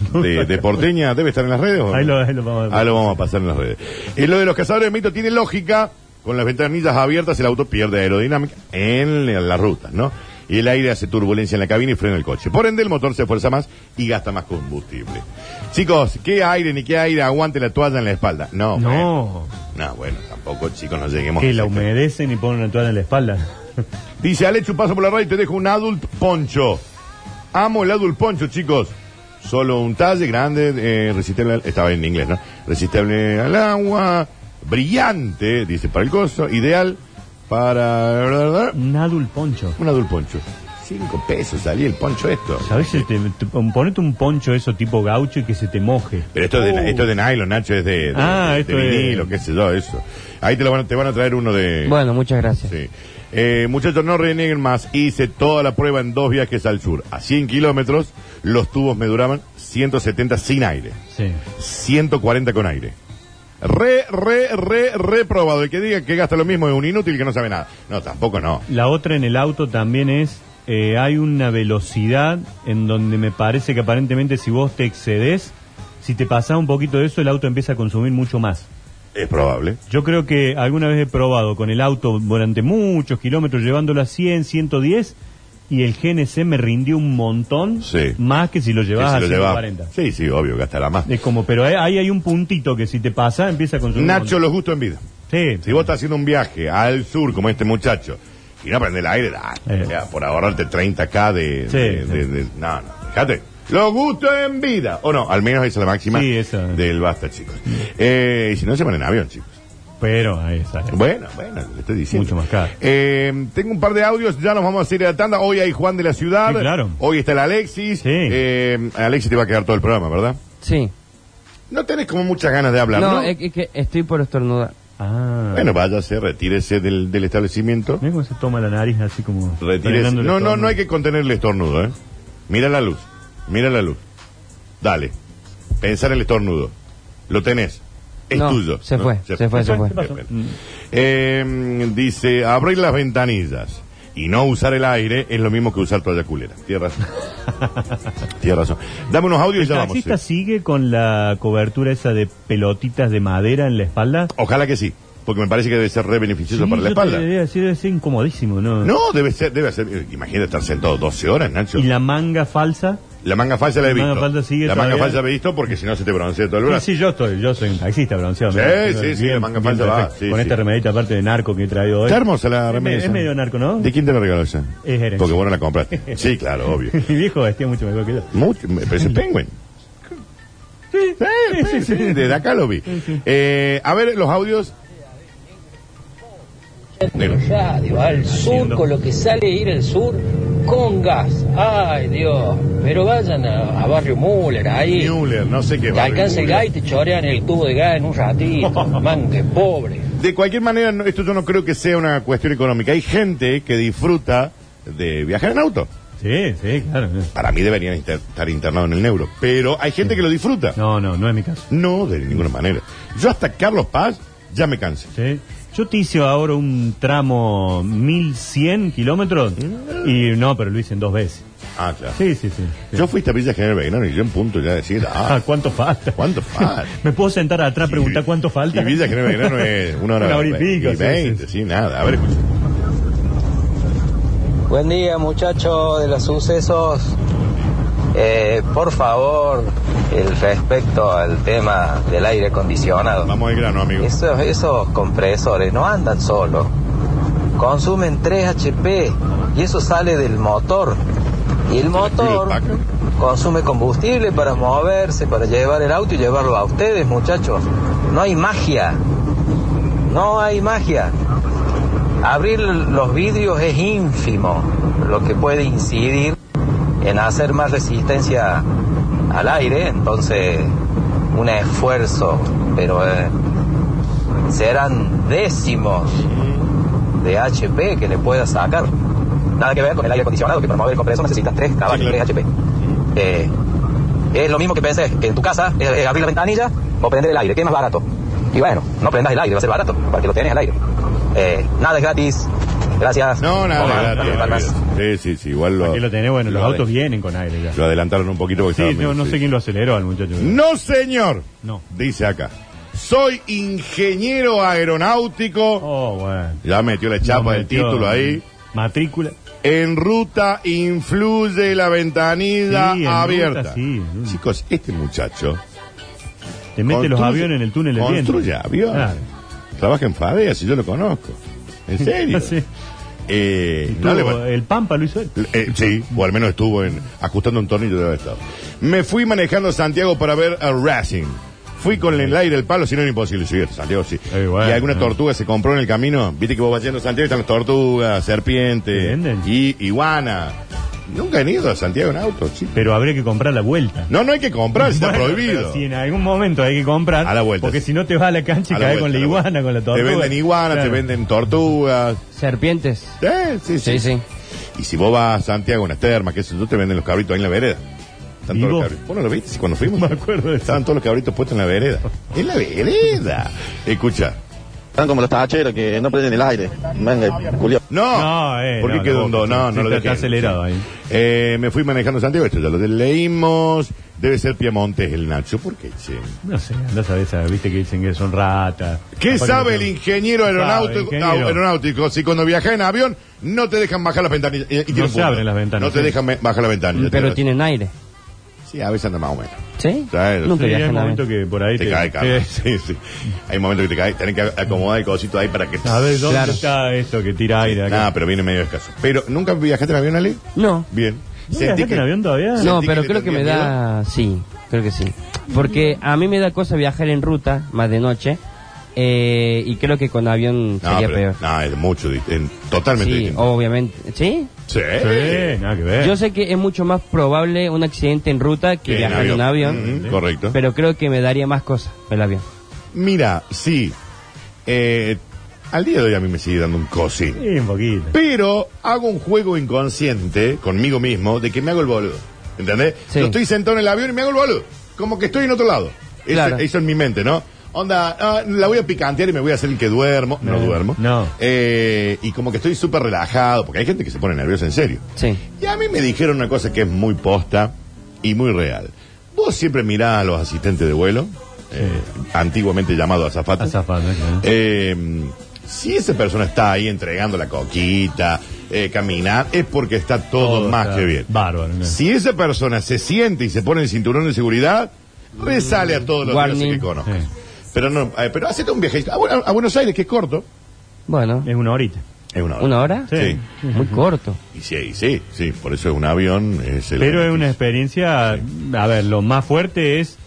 Speaker 3: *laughs*
Speaker 2: de, de Porteña? ¿Debe estar en las redes? o no?
Speaker 3: Ahí lo, ahí lo vamos a ver.
Speaker 2: Ah, lo vamos a pasar en las redes. Eh, lo de los cazadores de mito tiene lógica. Con las ventanillas abiertas el auto pierde aerodinámica en la- las rutas, ¿no? y el aire hace turbulencia en la cabina y frena el coche. Por ende, el motor se esfuerza más y gasta más combustible. Chicos, ¿qué aire ni qué aire aguante la toalla en la espalda? No. bueno.
Speaker 3: No,
Speaker 2: No, bueno, tampoco, chicos, no lleguemos
Speaker 3: que
Speaker 2: a ese
Speaker 3: la
Speaker 2: extremo.
Speaker 3: humedecen y ponen una toalla en la espalda.
Speaker 2: Dice, Alex, un paso por la radio y te dejo un adult poncho. Amo el adult poncho, chicos. Solo un talle grande, eh, resistible, al- estaba en inglés, ¿no? Resistible al agua, brillante, dice, para el costo, ideal para...
Speaker 3: Un adult poncho.
Speaker 2: Un adult poncho. Cinco pesos salía el poncho esto.
Speaker 3: ¿Sabes? Se te- te- ponete un poncho eso tipo gaucho y que se te moje.
Speaker 2: Pero esto es, de, esto es de nylon, Nacho, es de, de,
Speaker 3: Ah,
Speaker 2: de- de
Speaker 3: esto es-
Speaker 2: vinilo, qué sé yo, eso. Ahí te, lo van, a- te van a traer uno de...
Speaker 4: Bueno, muchas gracias.
Speaker 2: Sí. Eh, muchachos, no reneguen más. Hice toda la prueba en dos viajes al sur. A 100 kilómetros, los tubos me duraban 170 sin aire.
Speaker 3: Sí.
Speaker 2: 140 con aire. Re, re, re, reprobado. El que diga que gasta lo mismo es un inútil que no sabe nada. No, tampoco no.
Speaker 3: La otra en el auto también es, eh, hay una velocidad en donde me parece que aparentemente si vos te excedes, si te pasás un poquito de eso, el auto empieza a consumir mucho más.
Speaker 2: Es probable.
Speaker 3: Yo creo que alguna vez he probado con el auto durante muchos kilómetros, llevándolo a 100, 110, y el GNC me rindió un montón
Speaker 2: Sí.
Speaker 3: más que si lo
Speaker 2: Que
Speaker 3: llevas
Speaker 2: se
Speaker 3: a
Speaker 2: lo lleva-
Speaker 3: 140.
Speaker 2: Sí, sí, obvio, gastará más.
Speaker 3: Es como, pero ahí- ahí hay un puntito que si te pasa empieza a consumir. un
Speaker 2: Nacho,
Speaker 3: montón.
Speaker 2: los gustos en vida.
Speaker 3: Sí.
Speaker 2: Si vos estás haciendo un viaje al sur como este muchacho y no prende el aire, da,
Speaker 3: Eh.
Speaker 2: ya, por ahorrarte 30k de...
Speaker 3: Sí,
Speaker 2: de-
Speaker 3: sí.
Speaker 2: de- de- no, no, fíjate. Los gustos en vida. O no, al menos esa es la máxima
Speaker 3: Sí, esa.
Speaker 2: del basta, chicos. Eh, y si no, se van en avión, chicos.
Speaker 3: Pero ahí está.
Speaker 2: Bueno, bueno, le estoy diciendo.
Speaker 3: Mucho más caro.
Speaker 2: Eh, tengo un par de audios, ya nos vamos a ir a la tanda. Hoy hay Juan de la Ciudad.
Speaker 3: Sí, claro.
Speaker 2: Hoy está el Alexis.
Speaker 3: Sí.
Speaker 2: Eh, Alexis te va a quedar todo el programa, ¿verdad?
Speaker 4: Sí.
Speaker 2: No tenés como muchas ganas de hablar, ¿no?
Speaker 4: No, es que- es que estoy por estornudar.
Speaker 3: Ah.
Speaker 2: Bueno, váyase, retírese del, del establecimiento.
Speaker 3: Mirá Ah, cómo se toma la nariz así como...
Speaker 2: Retírese.
Speaker 3: frenándole
Speaker 2: No, no,
Speaker 3: todo.
Speaker 2: no hay que contener el estornudo, ¿eh? Mira la luz. Mira la luz. Dale. Pensar el estornudo. Lo tenés. Es
Speaker 4: No,
Speaker 2: tuyo.
Speaker 4: se
Speaker 2: ¿no?
Speaker 4: fue, se fue, se fue.
Speaker 3: ¿Qué pasó? Mm.
Speaker 2: Qué pena. Eh, dice, abrir las ventanillas y no usar el aire es lo mismo que usar toalla culera. Tienes
Speaker 3: *laughs*
Speaker 2: razón. Tienes razón. Dame unos audios y
Speaker 3: ¿El
Speaker 2: ya vamos.
Speaker 3: taxista
Speaker 2: ¿eh?
Speaker 3: sigue con la cobertura esa de pelotitas de madera en la espalda?
Speaker 2: Ojalá que sí, porque me parece que debe ser re beneficioso
Speaker 3: Sí,
Speaker 2: para la
Speaker 3: yo te
Speaker 2: espalda.
Speaker 3: diría, sí, debe ser incomodísimo, ¿no?
Speaker 2: No, debe ser, debe ser. eh, Imagínate estar sentado 12 horas, Nacho.
Speaker 3: ¿Y la manga falsa?
Speaker 2: La manga falsa la he
Speaker 3: La
Speaker 2: visto.
Speaker 3: manga falsa sigue
Speaker 2: la manga
Speaker 3: todavía.
Speaker 2: falsa la he visto porque si no se te broncea todo el
Speaker 3: Sí,
Speaker 2: brazo.
Speaker 3: sí, yo estoy, yo soy un taxista bronceado.
Speaker 2: Sí,
Speaker 3: mirá,
Speaker 2: sí,
Speaker 3: bien,
Speaker 2: sí, la manga
Speaker 3: bien
Speaker 2: falsa va,
Speaker 3: perfecto.
Speaker 2: sí,
Speaker 3: Con
Speaker 2: sí.
Speaker 3: esta remerita aparte de narco que he traído hoy.
Speaker 2: Está hermosa la
Speaker 3: Es me-
Speaker 2: remera.
Speaker 3: es
Speaker 2: esa.
Speaker 3: medio narco, ¿no?
Speaker 2: ¿De quién te la regaló esa?
Speaker 3: Es herencia.
Speaker 2: Porque vos no la
Speaker 3: *laughs*
Speaker 2: compraste. sí, claro, obvio.
Speaker 3: *laughs* Mi viejo vestía mucho mejor que yo.
Speaker 2: Mucho, me parece Penguin.
Speaker 3: Sí,
Speaker 2: Sí, sí, sí, desde acá lo vi. Eh, a ver, los audios. Negro.
Speaker 5: radio, al sur, con lo que sale ir al sur, con gas. Ay, Dios. Pero vayan a, a Barrio Müller, ahí.
Speaker 2: Müller, no sé qué
Speaker 5: Te
Speaker 2: barrio
Speaker 5: alcanza el
Speaker 2: Müller.
Speaker 5: gas y te chorean el tubo de gas en un ratito. Mangue, pobre.
Speaker 2: De cualquier manera, no- esto yo no creo que sea una cuestión económica. Hay gente que disfruta de viajar en auto.
Speaker 3: Sí, sí, claro.
Speaker 2: Para mí deberían inter- estar internados en el neuro. Pero hay gente que lo disfruta.
Speaker 3: No, no, no es mi caso.
Speaker 2: No, de ninguna manera. Yo hasta Carlos Paz ya me cansé.
Speaker 3: Sí. Yo te hice ahora un tramo 1100 kilómetros
Speaker 2: Mm.
Speaker 3: y no, pero lo hice en dos veces.
Speaker 2: Ah, claro.
Speaker 3: Sí, sí, sí. sí.
Speaker 2: Yo fui a Villa General Belgrano y yo en punto ya decía,
Speaker 3: Ah,
Speaker 2: ah,
Speaker 3: ¿cuánto falta?
Speaker 2: ¿cuánto
Speaker 3: *laughs*
Speaker 2: falta?
Speaker 3: Me puedo sentar atrás, preguntar
Speaker 2: Y-
Speaker 3: cuánto falta.
Speaker 2: Y Villa General Belgrano
Speaker 3: *laughs*
Speaker 2: es una hora,
Speaker 3: Una hora y pico, sí, sí,
Speaker 2: veinte, sí, nada. A ver, escucha.
Speaker 6: Buen día muchachos de los sucesos. Eh, por favor, el respecto al tema del aire acondicionado.
Speaker 2: Vamos al grano, amigo.
Speaker 6: Esos, esos compresores no andan solos. Consumen 3 HP y eso sale del motor. Y el motor
Speaker 2: Packard?
Speaker 6: consume combustible para moverse, para llevar el auto y llevarlo a ustedes, muchachos. No hay magia. No hay magia. Abrir los vidrios es ínfimo, lo que puede incidir en hacer más resistencia al aire, entonces un esfuerzo, pero eh, serán décimos de HP que le pueda sacar. Nada que ver con el aire acondicionado, que para mover el compresor necesitas 3 caballos,
Speaker 2: Sí, claro.
Speaker 6: 3 HP. Eh, es lo mismo que pensé en tu casa, es, es abrir la ventanilla o prender el aire, que es más barato. Y bueno, no prendas el aire, va a ser barato, para que lo tenés al aire. Eh, nada es gratis. Gracias.
Speaker 2: No, nada,
Speaker 6: Toma,
Speaker 2: nada, nada,
Speaker 6: palmas.
Speaker 2: nada. Sí, sí, sí, igual lo.
Speaker 3: Aquí lo tenés, bueno, los
Speaker 2: lo
Speaker 3: autos
Speaker 2: ade-
Speaker 3: vienen con aire ya.
Speaker 2: Lo adelantaron un poquito porque
Speaker 3: Sí,
Speaker 2: estaba
Speaker 3: yo
Speaker 2: medio-
Speaker 3: no sé
Speaker 2: sí.
Speaker 3: quién lo aceleró al muchacho.
Speaker 2: No, señor.
Speaker 3: No.
Speaker 2: Dice acá. Soy ingeniero aeronáutico.
Speaker 3: Oh, bueno.
Speaker 2: Ya metió la chapa
Speaker 3: No
Speaker 2: del
Speaker 3: metió
Speaker 2: título ahí.
Speaker 3: Matrícula.
Speaker 2: En ruta influye la ventanilla
Speaker 3: Sí, en
Speaker 2: abierta.
Speaker 3: ruta sí, en ruta.
Speaker 2: Chicos, este muchacho
Speaker 3: Te mete los
Speaker 2: construye-
Speaker 3: aviones en el túnel del viento.
Speaker 2: Construye aviones.
Speaker 3: Claro.
Speaker 2: Trabaja en Fadea, si yo lo conozco.
Speaker 3: *laughs*
Speaker 2: En serio.
Speaker 3: Sí.
Speaker 2: Eh,
Speaker 3: Y
Speaker 2: no
Speaker 3: tuvo-
Speaker 2: le va-
Speaker 3: el Pampa lo hizo él.
Speaker 2: eh, sí, o al menos estuvo en, ajustando un tornillo de haber estado. Me fui manejando a Santiago para ver a Racing. Fui con el aire el palo, si no era imposible subir. Santiago sí.
Speaker 3: Eh, bueno,
Speaker 2: y alguna
Speaker 3: eh.
Speaker 2: tortuga se compró en el camino. Viste que vos vas yendo a Santiago y están las tortugas, serpientes,
Speaker 3: ¿Entienden?
Speaker 2: y iguana. Nunca han ido a Santiago en auto, sí.
Speaker 3: Pero habría que comprar la vuelta.
Speaker 2: No, no hay que comprar, está
Speaker 3: Bueno,
Speaker 2: prohibido.
Speaker 3: pero Si en algún momento hay que comprar.
Speaker 2: A la vuelta.
Speaker 3: Porque si no te vas a la cancha y
Speaker 2: A la
Speaker 3: caes con
Speaker 2: vuelta,
Speaker 3: la
Speaker 2: a
Speaker 3: iguana, con la tortuga.
Speaker 2: Te venden iguanas,
Speaker 3: Claro.
Speaker 2: te venden tortugas.
Speaker 4: Serpientes.
Speaker 2: Eh, sí, sí.
Speaker 4: Sí, sí.
Speaker 2: Y si vos vas a Santiago, unas termas, qué sé yo, te venden los cabritos ahí en la vereda. Están
Speaker 3: ¿Y
Speaker 2: todos los
Speaker 3: vos?
Speaker 2: cabritos. Vos no lo viste, si cuando fuimos.
Speaker 3: *laughs* Me acuerdo de eso.
Speaker 2: Estaban todos los cabritos puestos en la vereda. En la vereda. Escucha.
Speaker 7: Están como los tacheros que no prenden el aire. Venga, Julio.
Speaker 2: No.
Speaker 3: No, eh,
Speaker 2: ¿Por qué
Speaker 3: no,
Speaker 2: quedó
Speaker 3: no,
Speaker 2: un do? No,
Speaker 3: sí,
Speaker 2: no lo
Speaker 3: está-
Speaker 2: dejé.
Speaker 3: está acelerado ahí.
Speaker 2: Eh, me fui manejando a Santiago, esto ya lo leímos. Debe ser Piemonte el Nacho. ¿Por qué, che?
Speaker 3: No sé, no sabes, sabes, viste que dicen que son ratas.
Speaker 2: ¿Qué
Speaker 3: Capaz
Speaker 2: sabe
Speaker 3: que
Speaker 2: el
Speaker 3: no-
Speaker 2: ingeniero
Speaker 3: ¿Qué sabe,
Speaker 2: aeronáutico,
Speaker 3: ingeniero?
Speaker 2: au- aeronáutico si cuando viajas en avión no te dejan bajar las ventanillas? eh, Y- y tiene un
Speaker 3: se
Speaker 2: punto.
Speaker 3: abren las ventanas,
Speaker 2: No te
Speaker 3: sí.
Speaker 2: dejan me- bajar la ventanilla.
Speaker 4: Pero
Speaker 2: Tenés-
Speaker 4: tienen aire.
Speaker 2: Sí, a veces anda más o menos.
Speaker 4: ¿Sí?
Speaker 2: Claro,
Speaker 4: Nunca
Speaker 3: Sí, hay
Speaker 4: viajan
Speaker 3: un
Speaker 4: a
Speaker 3: momento que por ahí
Speaker 2: Te cae, cabrón.
Speaker 3: *laughs*
Speaker 2: Sí,
Speaker 3: te-
Speaker 2: sí. Hay momentos que te cae. Tenés que acomodar el cosito ahí para que...
Speaker 3: A ver, ¿dónde
Speaker 4: Claro.
Speaker 3: está esto que tira aire acá?
Speaker 2: Nada, pero viene medio escaso. Pero, ¿nunca viajaste en avión, Ale?
Speaker 4: No.
Speaker 2: Bien.
Speaker 3: ¿No
Speaker 2: Sentí
Speaker 3: viajaste
Speaker 2: que-
Speaker 3: en avión
Speaker 2: *laughs*
Speaker 3: todavía?
Speaker 2: Sí.
Speaker 3: No.
Speaker 4: No,
Speaker 2: ¿Sentí
Speaker 4: pero
Speaker 2: que le
Speaker 4: creo que me
Speaker 2: tenías
Speaker 4: da... Sí, creo que sí. Porque a mí me da cosa viajar en ruta, más de noche. eh, y creo que con avión
Speaker 2: No,
Speaker 4: sería
Speaker 2: pero-
Speaker 4: peor.
Speaker 2: no, es mucho, di- en- totalmente
Speaker 4: Sí,
Speaker 2: distinto.
Speaker 4: obviamente. ¿Sí?
Speaker 2: Sí. Eh,
Speaker 3: Sí, nada que ver.
Speaker 4: Yo sé que es mucho más probable un accidente en ruta que
Speaker 2: En
Speaker 4: viajar en un avión.
Speaker 2: Mm, correcto.
Speaker 4: Pero creo que me daría más cosas el avión.
Speaker 2: Mira, sí. Eh, al día de hoy a mí me sigue dando un cosín.
Speaker 3: Sí, un poquito.
Speaker 2: Pero hago un juego inconsciente conmigo mismo de que me hago el boludo. ¿Entendés?
Speaker 4: Sí.
Speaker 2: Yo estoy sentado en el avión y me hago el boludo. Como que estoy en otro lado. Eso,
Speaker 4: Claro.
Speaker 2: eso en mi mente, ¿no? Onda, ah, la voy a picantear y me voy a hacer el que duermo. No,
Speaker 3: No,
Speaker 2: duermo.
Speaker 3: no.
Speaker 2: Eh, y como que estoy súper relajado, porque hay gente que se pone nerviosa en serio.
Speaker 4: Sí.
Speaker 2: Y a mí me dijeron una cosa que es muy posta y muy real. Vos siempre mirás a los asistentes de vuelo, eh, antiguamente llamado azafatos.
Speaker 3: Azafata, claro.
Speaker 2: Eh, si esa persona está ahí entregando la coquita, eh, caminar, es porque está todo,
Speaker 3: Todo
Speaker 2: más
Speaker 3: está
Speaker 2: que bien.
Speaker 3: Bárbaro. ¿no?
Speaker 2: Si esa persona se siente y se pone el cinturón de seguridad, resale a todos los
Speaker 4: Warning.
Speaker 2: dioses que conozcas.
Speaker 3: Sí.
Speaker 2: Pero no, eh, pero hacete un viaje a, Bu- a Buenos Aires, que es corto.
Speaker 4: Bueno,
Speaker 3: Es una horita.
Speaker 2: Es una hora.
Speaker 4: ¿una hora?
Speaker 2: Sí.
Speaker 4: Muy corto.
Speaker 2: Y sí, y sí, sí, por eso es un avión. es el-
Speaker 3: Pero es una experiencia, a ver, lo más fuerte es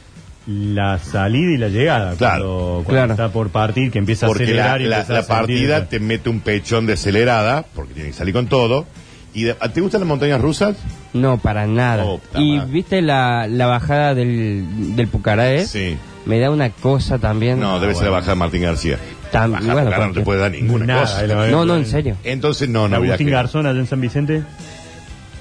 Speaker 3: la salida y la llegada.
Speaker 2: Claro.
Speaker 3: Cuando, cuando
Speaker 4: Claro.
Speaker 3: está por partir, que empieza a
Speaker 2: Porque la,
Speaker 3: acelerar y
Speaker 2: la-
Speaker 3: empieza
Speaker 2: la
Speaker 3: a sentir
Speaker 2: partida
Speaker 3: esa-
Speaker 2: te mete un pechón de acelerada, porque tiene que salir con todo. Y de- ¿Te gustan las montañas rusas?
Speaker 4: No, para nada.
Speaker 2: Oh, puta
Speaker 4: y
Speaker 2: madre.
Speaker 4: viste la, la bajada del, del Pucará,
Speaker 2: Sí.
Speaker 4: Me da una cosa también. Ah,
Speaker 2: No, debe ser la bajada de Martín García.
Speaker 4: Tam-
Speaker 2: Bajada
Speaker 4: bueno,
Speaker 2: Pucará no te
Speaker 4: porque-
Speaker 2: puede dar ninguna
Speaker 3: Nada,
Speaker 2: cosa.
Speaker 3: es la-
Speaker 4: No, no, en serio.
Speaker 2: Entonces no, no
Speaker 3: Agustín
Speaker 2: viajes.
Speaker 3: Garzón allá en San Vicente.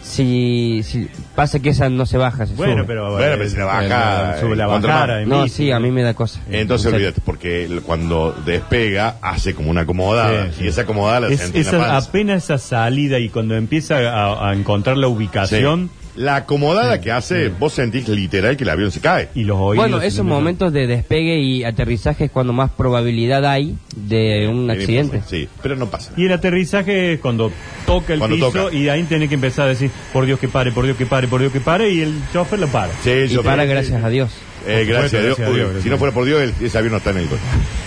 Speaker 4: Si, si pasa que esa no se baja, se
Speaker 3: Bueno,
Speaker 4: sube.
Speaker 3: pero...
Speaker 2: Bueno, pero si la baja,
Speaker 3: eh, sube la
Speaker 2: en contramano.
Speaker 3: bajada. en
Speaker 4: No,
Speaker 3: bici.
Speaker 4: sí, a mí me da cosa.
Speaker 3: eh,
Speaker 2: Entonces
Speaker 4: En serio.
Speaker 2: olvídate, porque el- cuando despega hace como una acomodada.
Speaker 3: Sí, sí.
Speaker 2: Y esa acomodada la
Speaker 3: Es-
Speaker 2: sentí en la
Speaker 3: esa-
Speaker 2: panza.
Speaker 3: apenas esa salida y cuando empieza a, a encontrar la
Speaker 2: Sí.
Speaker 3: ubicación
Speaker 2: La acomodada que hace, vos sentís literal que el avión se cae.
Speaker 3: y los oídos.
Speaker 4: Bueno, esos momentos de despegue y aterrizaje es cuando más probabilidad hay de un
Speaker 2: Tiene
Speaker 4: accidente.
Speaker 2: información, Sí, pero no pasa nada.
Speaker 3: Y el aterrizaje es cuando toca el
Speaker 2: Cuando
Speaker 3: piso
Speaker 2: toca.
Speaker 3: y ahí tenés que empezar a decir, por Dios que pare, por Dios que pare, por Dios que pare, y el chofer lo para.
Speaker 2: Sí,
Speaker 4: Y
Speaker 2: yo-
Speaker 4: para gracias a Dios.
Speaker 2: Eh,
Speaker 3: Por
Speaker 2: gracias
Speaker 3: supuesto,
Speaker 2: a Dios.
Speaker 3: gracias a
Speaker 2: uy,
Speaker 3: Dios, gracias
Speaker 2: si no fuera por Dios, el- ese avión no está en el coche.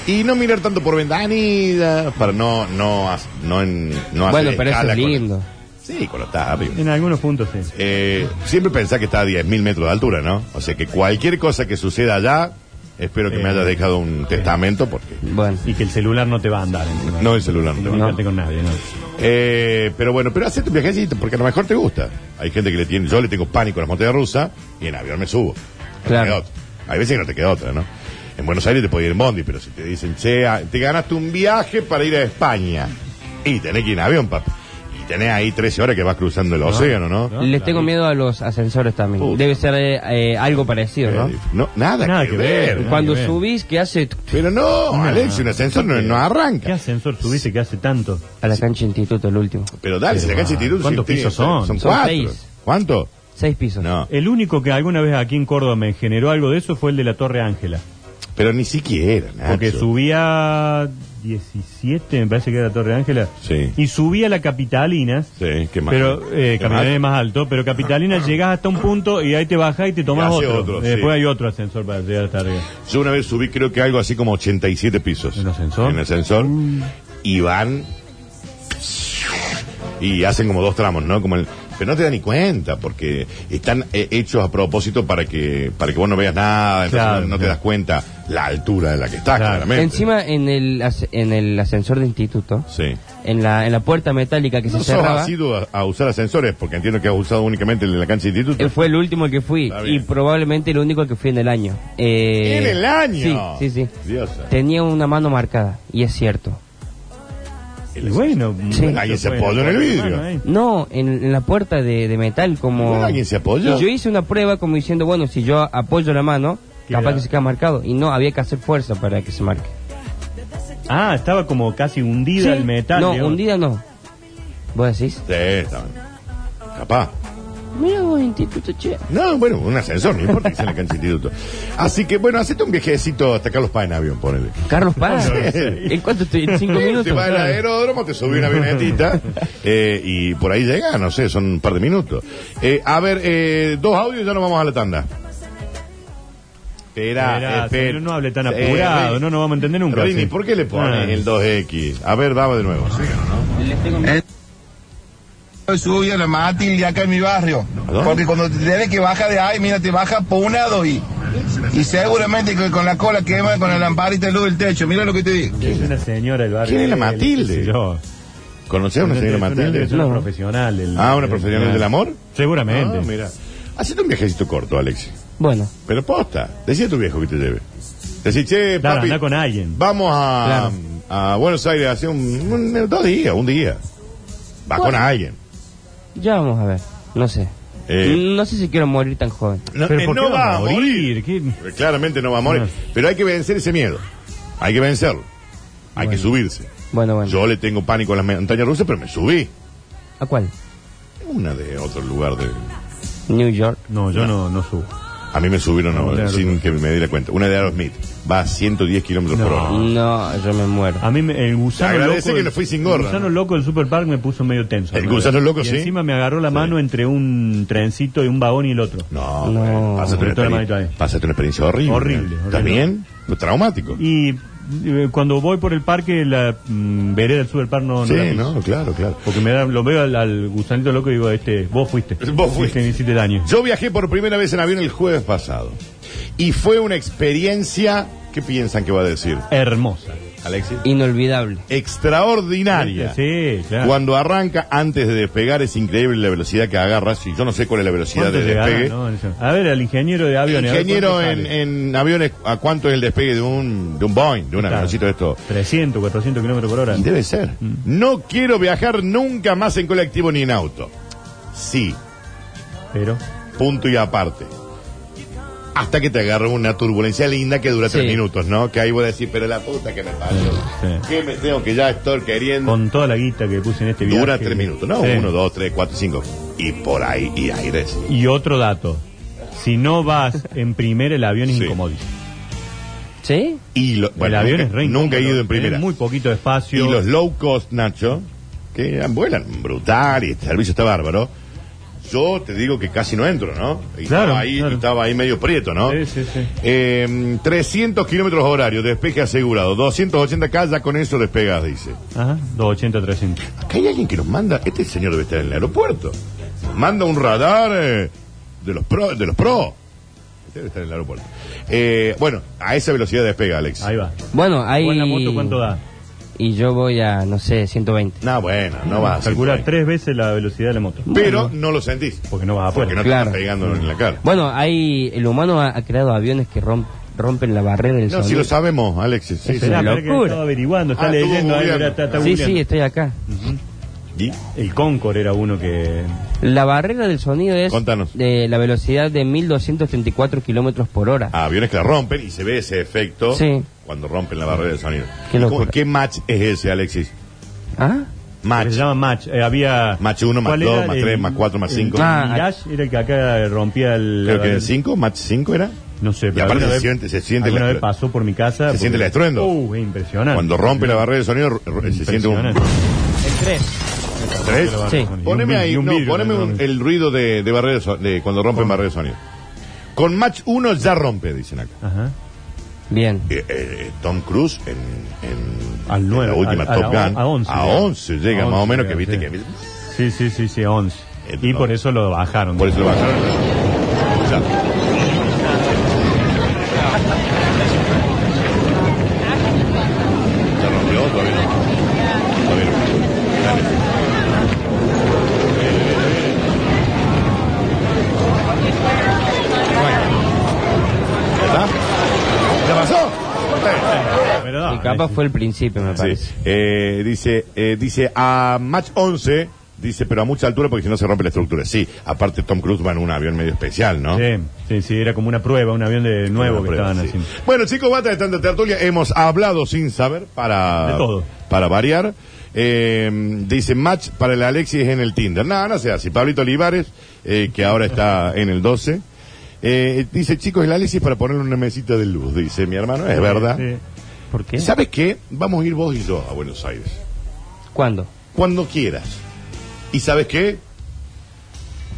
Speaker 2: Y no mirar tanto por ventanilla, para no, no, ha- no, en- no
Speaker 4: Bueno,
Speaker 2: hacer
Speaker 4: pero eso
Speaker 2: escala
Speaker 4: es
Speaker 2: con-
Speaker 4: lindo.
Speaker 2: Sí, con los tapios.
Speaker 3: En algunos puntos sí.
Speaker 2: Eh, siempre pensás que está a 10.000 metros de altura, ¿no? O sea que cualquier cosa que suceda allá, espero que
Speaker 3: Eh.
Speaker 2: me hayas dejado un testamento porque
Speaker 4: Bueno,
Speaker 3: Y que el celular no te va a andar. encima.
Speaker 2: no el celular. No.
Speaker 3: No te
Speaker 2: te va.
Speaker 3: comunicate con nadie, ¿no?
Speaker 2: Eh, pero bueno, pero hacete un viajecito porque a lo mejor te gusta. Hay gente que le tiene, yo le tengo pánico a las montañas rusas y en avión me subo. No te
Speaker 4: Claro.
Speaker 2: queda otra. Hay veces que no te queda otra, ¿no? En Buenos Aires te puede ir en bondi, pero si te dicen, che, ah, te ganaste un viaje para ir a España y tenés que ir en avión, papá. Y tenés ahí 13 horas que vas cruzando el océano, ¿no?
Speaker 3: no.
Speaker 4: les tengo miedo a los ascensores también.
Speaker 2: Puta.
Speaker 4: Debe ser eh, eh, algo parecido, ¿no?
Speaker 2: Eh, no, nada,
Speaker 3: Nada
Speaker 2: que,
Speaker 3: que
Speaker 2: ver.
Speaker 3: ver.
Speaker 4: Cuando
Speaker 3: bien.
Speaker 4: subís, que hace
Speaker 2: Pero no, Alex, un ascensor no, no
Speaker 3: ¿Qué
Speaker 2: arranca.
Speaker 3: ascensor subiste que hace tanto?
Speaker 4: a la cancha instituto el último?
Speaker 2: Pero dale, si la cancha de instituto.
Speaker 3: ¿Cuántos
Speaker 2: sí,
Speaker 3: pisos
Speaker 2: sí,
Speaker 3: son?
Speaker 2: Son
Speaker 4: Son
Speaker 2: cuatro.
Speaker 4: seis.
Speaker 2: ¿Cuánto?
Speaker 4: Seis pisos.
Speaker 2: No.
Speaker 3: El único que alguna vez aquí en Córdoba me generó algo de eso fue el de la Torre Ángela.
Speaker 2: Pero ni siquiera, Nacho.
Speaker 3: Porque subía 17, me parece que era Torre Ángela.
Speaker 2: Sí.
Speaker 3: Y subía la Capitalinas.
Speaker 2: Sí, qué más.
Speaker 3: Pero, eh,
Speaker 2: Qué
Speaker 3: Capitalinas
Speaker 2: más.
Speaker 3: es más alto, pero Capitalinas llegás hasta un punto y ahí te bajás y te tomás
Speaker 2: hace
Speaker 3: otro.
Speaker 2: otro,
Speaker 3: Eh, Después
Speaker 2: sí.
Speaker 3: hay otro ascensor para llegar hasta arriba.
Speaker 2: Yo una vez subí, creo que algo así como 87 pisos.
Speaker 3: ¿En el ascensor?
Speaker 2: En el ascensor.
Speaker 4: Mm.
Speaker 2: Y van. Y hacen como dos tramos, ¿no? Como el- pero no te dan ni cuenta, porque están eh, hechos a propósito para que para que vos no veas nada, entonces
Speaker 3: Claro,
Speaker 2: no, no te
Speaker 3: claro.
Speaker 2: das cuenta la altura de la que estás,
Speaker 3: Claro.
Speaker 2: claramente.
Speaker 4: Encima en el, as- en el ascensor de instituto,
Speaker 2: Sí.
Speaker 4: en la, en la puerta metálica que
Speaker 2: No
Speaker 4: se
Speaker 2: sos
Speaker 4: cerraba,
Speaker 2: asiduo a, a usar ascensores, porque entiendo que has usado únicamente el de la cancha de instituto.
Speaker 4: eh, fue el último que fui
Speaker 2: Está
Speaker 4: y
Speaker 2: bien.
Speaker 4: probablemente el único que fui en el año. Eh,
Speaker 2: ¡En el año!
Speaker 4: Sí, sí, sí.
Speaker 2: Dios.
Speaker 4: Tenía una mano marcada, y es cierto.
Speaker 3: Y bueno,
Speaker 4: Sí.
Speaker 3: bueno,
Speaker 2: Alguien se
Speaker 3: fue-
Speaker 2: apoyó en el vidrio.
Speaker 3: ahí.
Speaker 4: No, en, en la puerta de, de metal como...
Speaker 2: Bueno, alguien se apoyó.
Speaker 4: Y yo hice una prueba como diciendo, bueno, si yo apoyo la mano,
Speaker 3: Queda.
Speaker 4: capaz que se queda marcado. Y no, había que hacer fuerza para que se marque.
Speaker 3: Ah, estaba como casi hundida
Speaker 4: Sí.
Speaker 3: el metal.
Speaker 4: No,
Speaker 3: digamos.
Speaker 4: hundida no. ¿Vos decís?
Speaker 2: Sí, está bien. Capaz.
Speaker 4: Mira vos, instituto, che.
Speaker 2: No, bueno, un ascensor, no importa que sea en la cancha de instituto. Así que, bueno, hacete un viajecito hasta Carlos Paz en avión, ponele.
Speaker 4: Carlos Paz.
Speaker 2: No, no sé.
Speaker 4: ¿En cuánto estoy? ¿En
Speaker 2: *laughs*
Speaker 4: cinco
Speaker 2: Te
Speaker 4: minutos?
Speaker 2: vas al aeródromo, te subí una avionetita eh, y por ahí llega, no sé, son un par de minutos. Eh, a ver, eh, dos audios y ya nos vamos a la tanda. Espera,
Speaker 3: Esperá,
Speaker 2: espera.
Speaker 3: señor, no hable tan apurado, no nos vamos a entender nunca,
Speaker 2: Ah, este, eh, Rini,
Speaker 3: sí.
Speaker 2: ¿por qué le pones
Speaker 3: Ah.
Speaker 2: el 2X? A ver, vamos de nuevo.
Speaker 8: Yo subí a la Matilde acá en mi barrio.
Speaker 2: dónde?
Speaker 8: Porque cuando te tenés que baja de ahí, mira, te baja por un lado y, y seguramente que con la cola quema con la lamparita de luz del techo. Mira lo que te digo.
Speaker 3: Es una señora del barrio.
Speaker 2: ¿Quién es la
Speaker 3: El-
Speaker 2: Matilde?
Speaker 3: qué sé Yo.
Speaker 2: ¿Conocés a una señora
Speaker 3: Es una-
Speaker 2: Matilde?
Speaker 3: Es una
Speaker 4: No.
Speaker 3: profesional. del-
Speaker 2: Ah, una profesional del amor.
Speaker 3: Seguramente.
Speaker 2: Ah, mira. Hacete un viajecito corto, Alexis.
Speaker 4: Bueno,
Speaker 2: Pero posta, decía a tu viejo que te lleve. Decí, che,
Speaker 3: Claro,
Speaker 2: papi,
Speaker 3: anda con alguien.
Speaker 2: vamos a, a Buenos Aires hace un, un- dos días, un día. Va con alguien.
Speaker 4: ya vamos a ver. No sé.
Speaker 2: Eh.
Speaker 4: No sé si quiero morir tan joven.
Speaker 2: No,
Speaker 3: Mm. Pero
Speaker 2: eh,
Speaker 3: ¿por qué
Speaker 2: no
Speaker 3: vas
Speaker 2: va
Speaker 3: a
Speaker 2: a morir.
Speaker 3: morir? ¿Qué-
Speaker 2: Eh, Claramente no va a morir. Pero hay que vencer ese miedo. Hay que vencerlo. Hay que subirse.
Speaker 4: Bueno, bueno.
Speaker 2: Yo le tengo pánico a las montañas rusas, pero me subí.
Speaker 4: ¿A cuál?
Speaker 2: Una de otro lugar de...
Speaker 4: New York.
Speaker 3: No, yo no, no subo.
Speaker 2: A mí me subieron a-
Speaker 3: Montaña
Speaker 2: sin que me diera cuenta. Una de Aerosmith. Va a 110 kilómetros por
Speaker 3: No.
Speaker 2: hora.
Speaker 4: No, yo me muero.
Speaker 3: A mí me- el gusano
Speaker 2: Te agradece
Speaker 3: loco,
Speaker 2: que
Speaker 3: el-
Speaker 2: no fui sin gorra,
Speaker 3: El gusano
Speaker 2: ¿no?
Speaker 3: loco del Superpark me puso medio tenso.
Speaker 2: El gusano loco,
Speaker 3: Y
Speaker 2: sí.
Speaker 3: Encima me agarró la
Speaker 2: Sí.
Speaker 3: mano entre un trencito y un vagón y el otro.
Speaker 2: No,
Speaker 4: No.
Speaker 2: bueno, pásate, una
Speaker 3: Apretó la
Speaker 2: experiencia-
Speaker 3: manito ahí.
Speaker 2: pásate una experiencia horrible.
Speaker 3: Horrible,
Speaker 2: ¿Estás
Speaker 3: horrible.
Speaker 2: bien? Traumático.
Speaker 3: Y eh, cuando voy por el parque, la mm, vereda del Superpark no, no
Speaker 2: sí,
Speaker 3: la piso.
Speaker 2: no, claro, claro.
Speaker 3: Porque me da- lo veo al, al gusanito loco y digo, este, vos fuiste.
Speaker 2: *laughs* Vos fuiste.
Speaker 3: Me hiciste daño.
Speaker 2: Yo viajé por primera vez en avión el jueves pasado. Y fue una experiencia, ¿qué piensan que va a decir?
Speaker 3: Hermosa.
Speaker 2: Alexis.
Speaker 4: Inolvidable.
Speaker 2: Extraordinaria.
Speaker 3: Sí, claro.
Speaker 2: Cuando arranca antes de despegar es increíble la velocidad que agarras y yo no sé cuál es la velocidad
Speaker 3: ¿Cuánto
Speaker 2: de
Speaker 3: llegará,
Speaker 2: despegue.
Speaker 3: no? En eso. A ver, al ingeniero de aviones. a ver
Speaker 2: Ingeniero
Speaker 3: cuánto
Speaker 2: en,
Speaker 3: sale.
Speaker 2: en aviones, ¿a cuánto es el despegue de un, de un Boeing, de un
Speaker 3: Claro. Mm.
Speaker 2: avioncito de esto?
Speaker 3: 300, 400 kilómetros por hora.
Speaker 2: Y debe ser. No quiero viajar nunca más en colectivo ni en auto. Sí,
Speaker 3: Pero.
Speaker 2: punto y aparte. Hasta que te agarre una turbulencia linda que dura tres
Speaker 4: Sí.
Speaker 2: minutos, ¿no? Que ahí voy a decir, pero la puta que me parió.
Speaker 3: Sí.
Speaker 2: Que me tengo que ya estoy queriendo.
Speaker 3: Con toda la guita que puse en este video.
Speaker 2: Dura tres minutos, ¿no? Uno, dos, tres, cuatro, cinco. Y por ahí, y ahí ves.
Speaker 3: Y otro dato. Si no vas en primera, el avión es
Speaker 2: Sí.
Speaker 3: incomodísimo.
Speaker 4: ¿Sí?
Speaker 2: Y lo- bueno,
Speaker 3: el avión es
Speaker 2: nunca,
Speaker 3: re
Speaker 2: nunca he
Speaker 3: incómodo.
Speaker 2: ido en primera.
Speaker 3: Tenés muy poquito espacio.
Speaker 2: Y los low cost, Nacho, que vuelan brutal y el servicio está bárbaro. Yo te digo que casi no entro, ¿no? Y
Speaker 3: Claro,
Speaker 2: estaba ahí,
Speaker 3: claro.
Speaker 2: y estaba ahí medio prieto, ¿no?
Speaker 3: Sí, sí, sí.
Speaker 2: Eh, 300 kilómetros horario, despeje asegurado. 280 k ya con eso despegas, dice.
Speaker 3: Ajá, 280, 300.
Speaker 2: Acá hay alguien que nos manda. Este señor debe estar en el aeropuerto. Nos Manda un radar eh, de los pro. De los pro. Debe estar en el aeropuerto. Eh, bueno, a esa velocidad despega, Alex.
Speaker 3: Ahí va.
Speaker 4: Bueno, ahí...
Speaker 3: ¿Vos en la moto cuánto da?
Speaker 4: Y yo voy a, no sé, 120.
Speaker 2: No, bueno, no vas. a
Speaker 3: Calcula
Speaker 2: hacer-
Speaker 3: tres veces la velocidad de la moto.
Speaker 2: Pero no lo sentís.
Speaker 3: Porque no vas a
Speaker 2: Porque no te
Speaker 4: Claro.
Speaker 2: está pegando en la cara.
Speaker 4: Bueno, ahí el humano ha, ha creado aviones que romp- rompen la barrera del
Speaker 2: No, si
Speaker 4: sonido.
Speaker 2: lo sabemos, Alexis. Sí,
Speaker 4: Es
Speaker 2: sí.
Speaker 4: una
Speaker 3: Será, que
Speaker 4: locura.
Speaker 3: estaba averiguando, está
Speaker 2: Ah, estuvo
Speaker 3: leyendo. ahí,
Speaker 2: googleando.
Speaker 3: mirá, está- está
Speaker 4: Sí,
Speaker 3: googleando.
Speaker 4: sí, estoy acá.
Speaker 2: ¿Y?
Speaker 3: El Concorde era uno que...
Speaker 4: La barrera del sonido es
Speaker 2: Contanos.
Speaker 4: de la velocidad de 1234 kilómetros por hora.
Speaker 2: a aviones que la rompen y se ve ese efecto
Speaker 4: Sí.
Speaker 2: cuando rompen la barrera de sonido.
Speaker 4: Qué
Speaker 2: ¿Y cómo-
Speaker 4: locura.
Speaker 2: ¿Qué match es ese, Alexis?
Speaker 4: ¿Ah?
Speaker 2: Match.
Speaker 3: que Se llama Match. Eh, había...
Speaker 2: Match uno, más
Speaker 3: ¿cuál
Speaker 2: dos,
Speaker 3: era
Speaker 2: más tres, más cuatro, más
Speaker 3: el
Speaker 2: cinco?
Speaker 4: Ah,
Speaker 3: Mirage era el que acá rompía el...
Speaker 2: Creo que era el 5, match 5 era.
Speaker 3: No sé,
Speaker 2: Y
Speaker 3: pero
Speaker 2: aparte
Speaker 3: alguna
Speaker 2: se
Speaker 3: vez-
Speaker 2: siente- se siente
Speaker 3: alguna
Speaker 2: la-
Speaker 3: vez pasó por mi casa.
Speaker 2: se siente el estruendo.
Speaker 3: Uh, es impresionante.
Speaker 2: Cuando rompe la barrera de sonido, r- r- se siente un.
Speaker 3: Impresionante.
Speaker 4: El 3.
Speaker 2: ¿Tres?
Speaker 4: Sí.
Speaker 3: Y un
Speaker 2: Poneme
Speaker 3: vi-
Speaker 2: ahí,
Speaker 3: y un
Speaker 2: no,
Speaker 3: vidrio,
Speaker 2: poneme
Speaker 3: ¿no?
Speaker 2: un- el ruido de, de barrera de so- de cuando rompen barrera de sonido. Con match 1 ya rompe, dicen acá.
Speaker 3: Ajá.
Speaker 4: Bien.
Speaker 2: Eh, eh, Tom Cruise en, en-
Speaker 3: Al
Speaker 2: en
Speaker 3: nueve,
Speaker 2: la última
Speaker 3: al- a
Speaker 2: Top
Speaker 3: la-
Speaker 2: Gun.
Speaker 3: a once,
Speaker 2: a
Speaker 3: ya.
Speaker 2: 11 llega
Speaker 3: A
Speaker 2: más o
Speaker 3: 11
Speaker 2: menos que
Speaker 3: llega,
Speaker 2: viste
Speaker 3: sí.
Speaker 2: que
Speaker 3: Sí, sí, sí, sí, 11.
Speaker 2: Eh,
Speaker 3: Y
Speaker 2: no.
Speaker 3: por eso lo bajaron.
Speaker 2: por eso lo bajaron. Ya. ¿Ya rompió? Todavía no. Todavía no. Dale. Bueno. ¿Ya está? ¿Ya pasó?
Speaker 3: Pero no,
Speaker 4: Y capaz fue el principio, me
Speaker 2: Ah, Sí.
Speaker 4: parece.
Speaker 2: Eh, dice, eh, dice a match 11, dice, pero a mucha altura porque si no se rompe la estructura. Sí, aparte Tom Cruise va en un avión medio especial, ¿no?
Speaker 3: Sí, sí, sí, era como una prueba, un avión de nuevo que
Speaker 2: Una prueba,
Speaker 3: estaban
Speaker 2: sí.
Speaker 3: haciendo.
Speaker 2: Bueno, chicos, bata de tanta tertulia. Hemos hablado sin saber para,
Speaker 3: De todo.
Speaker 2: para variar. Eh, dice match para el Alexis en el Tinder. No, no sea así. Pablito Olivares, eh, que ahora está en el 12. Eh, dice, chicos, el Alexis para ponerle una mesita de luz. Dice mi hermano, es verdad.
Speaker 3: Sí.
Speaker 4: ¿Por qué?
Speaker 2: ¿Sabes qué? Vamos a ir vos y yo a Buenos Aires.
Speaker 4: ¿Cuándo?
Speaker 2: cuando quieras. ¿Y sabes qué?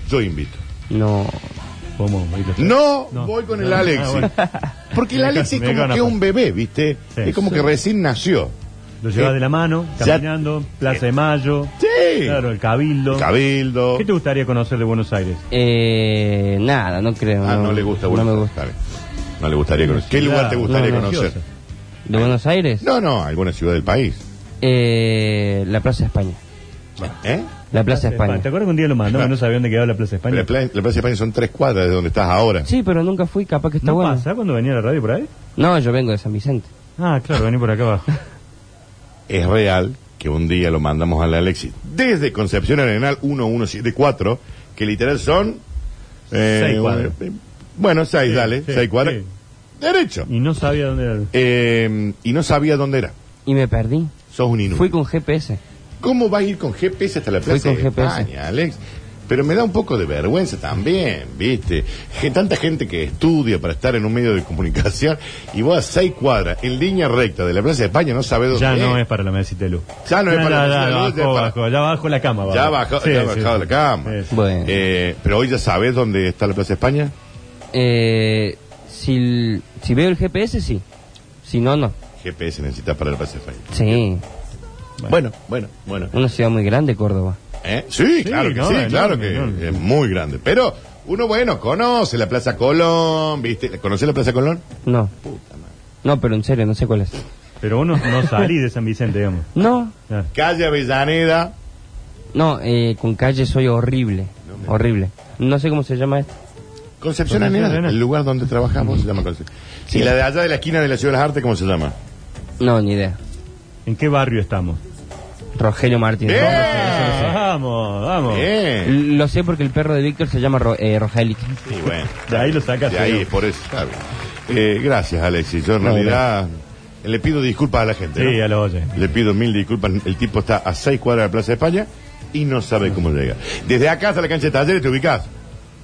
Speaker 2: Yo invito.
Speaker 4: No.
Speaker 3: ¿Cómo?
Speaker 2: No,
Speaker 3: No.
Speaker 2: voy con el
Speaker 3: Ah,
Speaker 2: Alexis.
Speaker 3: bueno.
Speaker 2: Porque el
Speaker 3: Me
Speaker 2: Alexis
Speaker 3: ca- me
Speaker 2: como
Speaker 3: gana,
Speaker 2: que es
Speaker 3: pues.
Speaker 2: un bebé, ¿viste?
Speaker 3: Sí.
Speaker 2: es como que recién nació.
Speaker 3: Lo llevas de la mano,
Speaker 2: Ya- Eh.
Speaker 3: caminando, Plaza de Mayo.
Speaker 2: Sí.
Speaker 3: Claro, el Cabildo.
Speaker 2: Cabildo.
Speaker 3: ¿Qué te gustaría conocer de Buenos Aires?
Speaker 4: Eh, nada, no creo.
Speaker 2: Ah, no le gusta
Speaker 4: No
Speaker 2: Buenos
Speaker 4: me
Speaker 2: Aires.
Speaker 4: gusta.
Speaker 2: Está bien. No le gustaría conocer. ¿Qué lugar te gustaría
Speaker 3: Ah, No,
Speaker 2: conocer?
Speaker 3: graciosa.
Speaker 4: ¿De Buenos Aires?
Speaker 2: No, no, alguna ciudad del país.
Speaker 4: Eh, la Plaza de España.
Speaker 2: ¿Eh?
Speaker 4: La Plaza de España.
Speaker 3: ¿Te acuerdas que un día lo mandó? No sabía dónde quedaba la Plaza de
Speaker 2: Pero
Speaker 3: España.
Speaker 2: La, pla- la Plaza de España son tres cuadras de donde estás ahora.
Speaker 4: Sí, pero nunca fui, capaz que está
Speaker 3: ¿No
Speaker 4: bueno.
Speaker 3: pasa cuando venía a la radio por ahí?
Speaker 4: No, yo vengo de San Vicente.
Speaker 3: Ah, claro, vení por acá abajo.
Speaker 2: Es real que un día lo mandamos al Alexis desde Concepción Arenal 1174, que literal son... eh,
Speaker 3: Seis cuadras.
Speaker 2: Bueno, seis, dale,
Speaker 3: sí,
Speaker 2: seis cuadras.
Speaker 3: sí. Mm.
Speaker 2: Derecho.
Speaker 3: Y no sabía dónde era.
Speaker 2: Eh, y no sabía dónde era.
Speaker 4: Y me perdí.
Speaker 2: Sos un inútil.
Speaker 4: Fui con GPS.
Speaker 2: ¿Cómo vas a ir con GPS hasta la
Speaker 4: Fui
Speaker 2: plaza
Speaker 4: con
Speaker 2: de
Speaker 4: GPS.
Speaker 2: España, Alex? Pero me da un poco de vergüenza también, ¿viste? Que tanta gente que estudia para estar en un medio de comunicación y vos a seis cuadras, en línea recta de la Plaza de España, no sabés dónde
Speaker 3: Ya no
Speaker 2: es.
Speaker 3: es para la mesita de luz.
Speaker 2: Ya no es para la mesita de
Speaker 3: ya
Speaker 2: luz, ya
Speaker 3: Bajó,
Speaker 2: es para-
Speaker 3: bajó, ya bajó la cama.
Speaker 2: Ya
Speaker 3: bajó.
Speaker 2: bajó,
Speaker 3: Sí,
Speaker 2: ya
Speaker 3: sí,
Speaker 2: bajado
Speaker 3: sí.
Speaker 2: la cama.
Speaker 3: Sí, sí.
Speaker 4: Bueno.
Speaker 2: Eh, pero hoy ya sabés dónde está la Plaza de España.
Speaker 4: Eh, si, l- si veo el GPS, sí. Si no, no.
Speaker 2: GPS necesitas para la Plaza de España.
Speaker 4: Sí.
Speaker 2: Bueno, bueno, bueno.
Speaker 4: Una ciudad muy grande, Córdoba.
Speaker 2: ¿Eh? Sí,
Speaker 3: Sí,
Speaker 2: claro que
Speaker 3: no,
Speaker 2: sí,
Speaker 3: enorme,
Speaker 2: claro que
Speaker 3: enorme.
Speaker 2: es muy grande. Pero uno, bueno, conoce la Plaza Colón, ¿viste? ¿Conocés la Plaza Colón?
Speaker 4: No. No, pero en serio, no sé cuál es.
Speaker 3: Pero uno no salí de San Vicente, digamos.
Speaker 4: No,
Speaker 3: Ya.
Speaker 2: Calle Avellaneda.
Speaker 4: no, eh, con calle soy horrible. horrible. No sé cómo se llama esto.
Speaker 2: Concepción
Speaker 3: Concepción
Speaker 2: Arenal,
Speaker 3: Arenal.
Speaker 2: el lugar donde trabajamos se llama Concepción.
Speaker 4: Sí.
Speaker 2: Y la de allá de la esquina de la Ciudad de las Artes, ¿cómo se llama?
Speaker 4: No, ni idea.
Speaker 3: ¿En qué barrio estamos?
Speaker 4: Rogelio Martínez.
Speaker 2: Bien.
Speaker 4: ¡Eh!
Speaker 3: Vamos, vamos.
Speaker 2: Bien.
Speaker 4: L- Lo sé porque el perro de Víctor se llama Ro- eh, Rogelio.
Speaker 2: Y bueno,
Speaker 3: De ahí lo sacas.
Speaker 2: de ahí es por eso. claro. Eh, gracias, Alexis. Yo en realidad le pido disculpas a la gente.
Speaker 3: Sí,
Speaker 2: ¿no?
Speaker 3: a lo oye.
Speaker 2: Le pido mil disculpas. El tipo está a seis cuadras de la Plaza de España y no sabe cómo llega. Desde acá hasta la cancha de talleres te ubicás.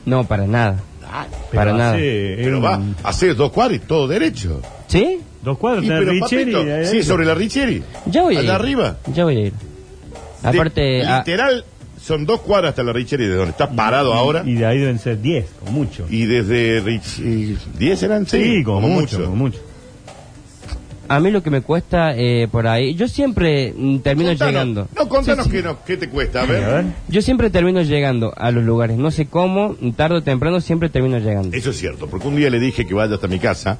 Speaker 4: No, para nada.
Speaker 2: Dale,
Speaker 4: para nada.
Speaker 3: Eh,
Speaker 2: pero va, haces dos cuadras y todo derecho.
Speaker 4: ¿Sí?
Speaker 3: Dos cuadros,
Speaker 2: Y,
Speaker 3: tenés
Speaker 2: pero,
Speaker 3: Richeri,
Speaker 2: papito,
Speaker 3: eh,
Speaker 2: sí, sobre la Richieri.
Speaker 4: Ya voy a ir.
Speaker 2: Allá arriba.
Speaker 4: Ya voy a ir. Aparte,
Speaker 2: De-
Speaker 4: ah,
Speaker 2: literal, son dos cuadras hasta la Richieri de donde está parado
Speaker 3: y-
Speaker 2: ahora.
Speaker 3: Y
Speaker 2: Y,
Speaker 3: de ahí deben ser 10, o mucho.
Speaker 2: desde Richieri. ¿Diez eran? Sí,
Speaker 3: como mucho, como mucho.
Speaker 4: a mí lo que me cuesta eh, por ahí, yo siempre mm, termino
Speaker 2: Contanos,
Speaker 4: llegando.
Speaker 2: No, contanos
Speaker 4: Sí, sí.
Speaker 2: qué, no- qué te cuesta. A
Speaker 3: A
Speaker 2: ver.
Speaker 3: ver.
Speaker 4: Yo siempre termino llegando a los lugares, no sé cómo, tarde o temprano siempre termino llegando.
Speaker 2: Eso es cierto, porque un día le dije que vaya hasta mi casa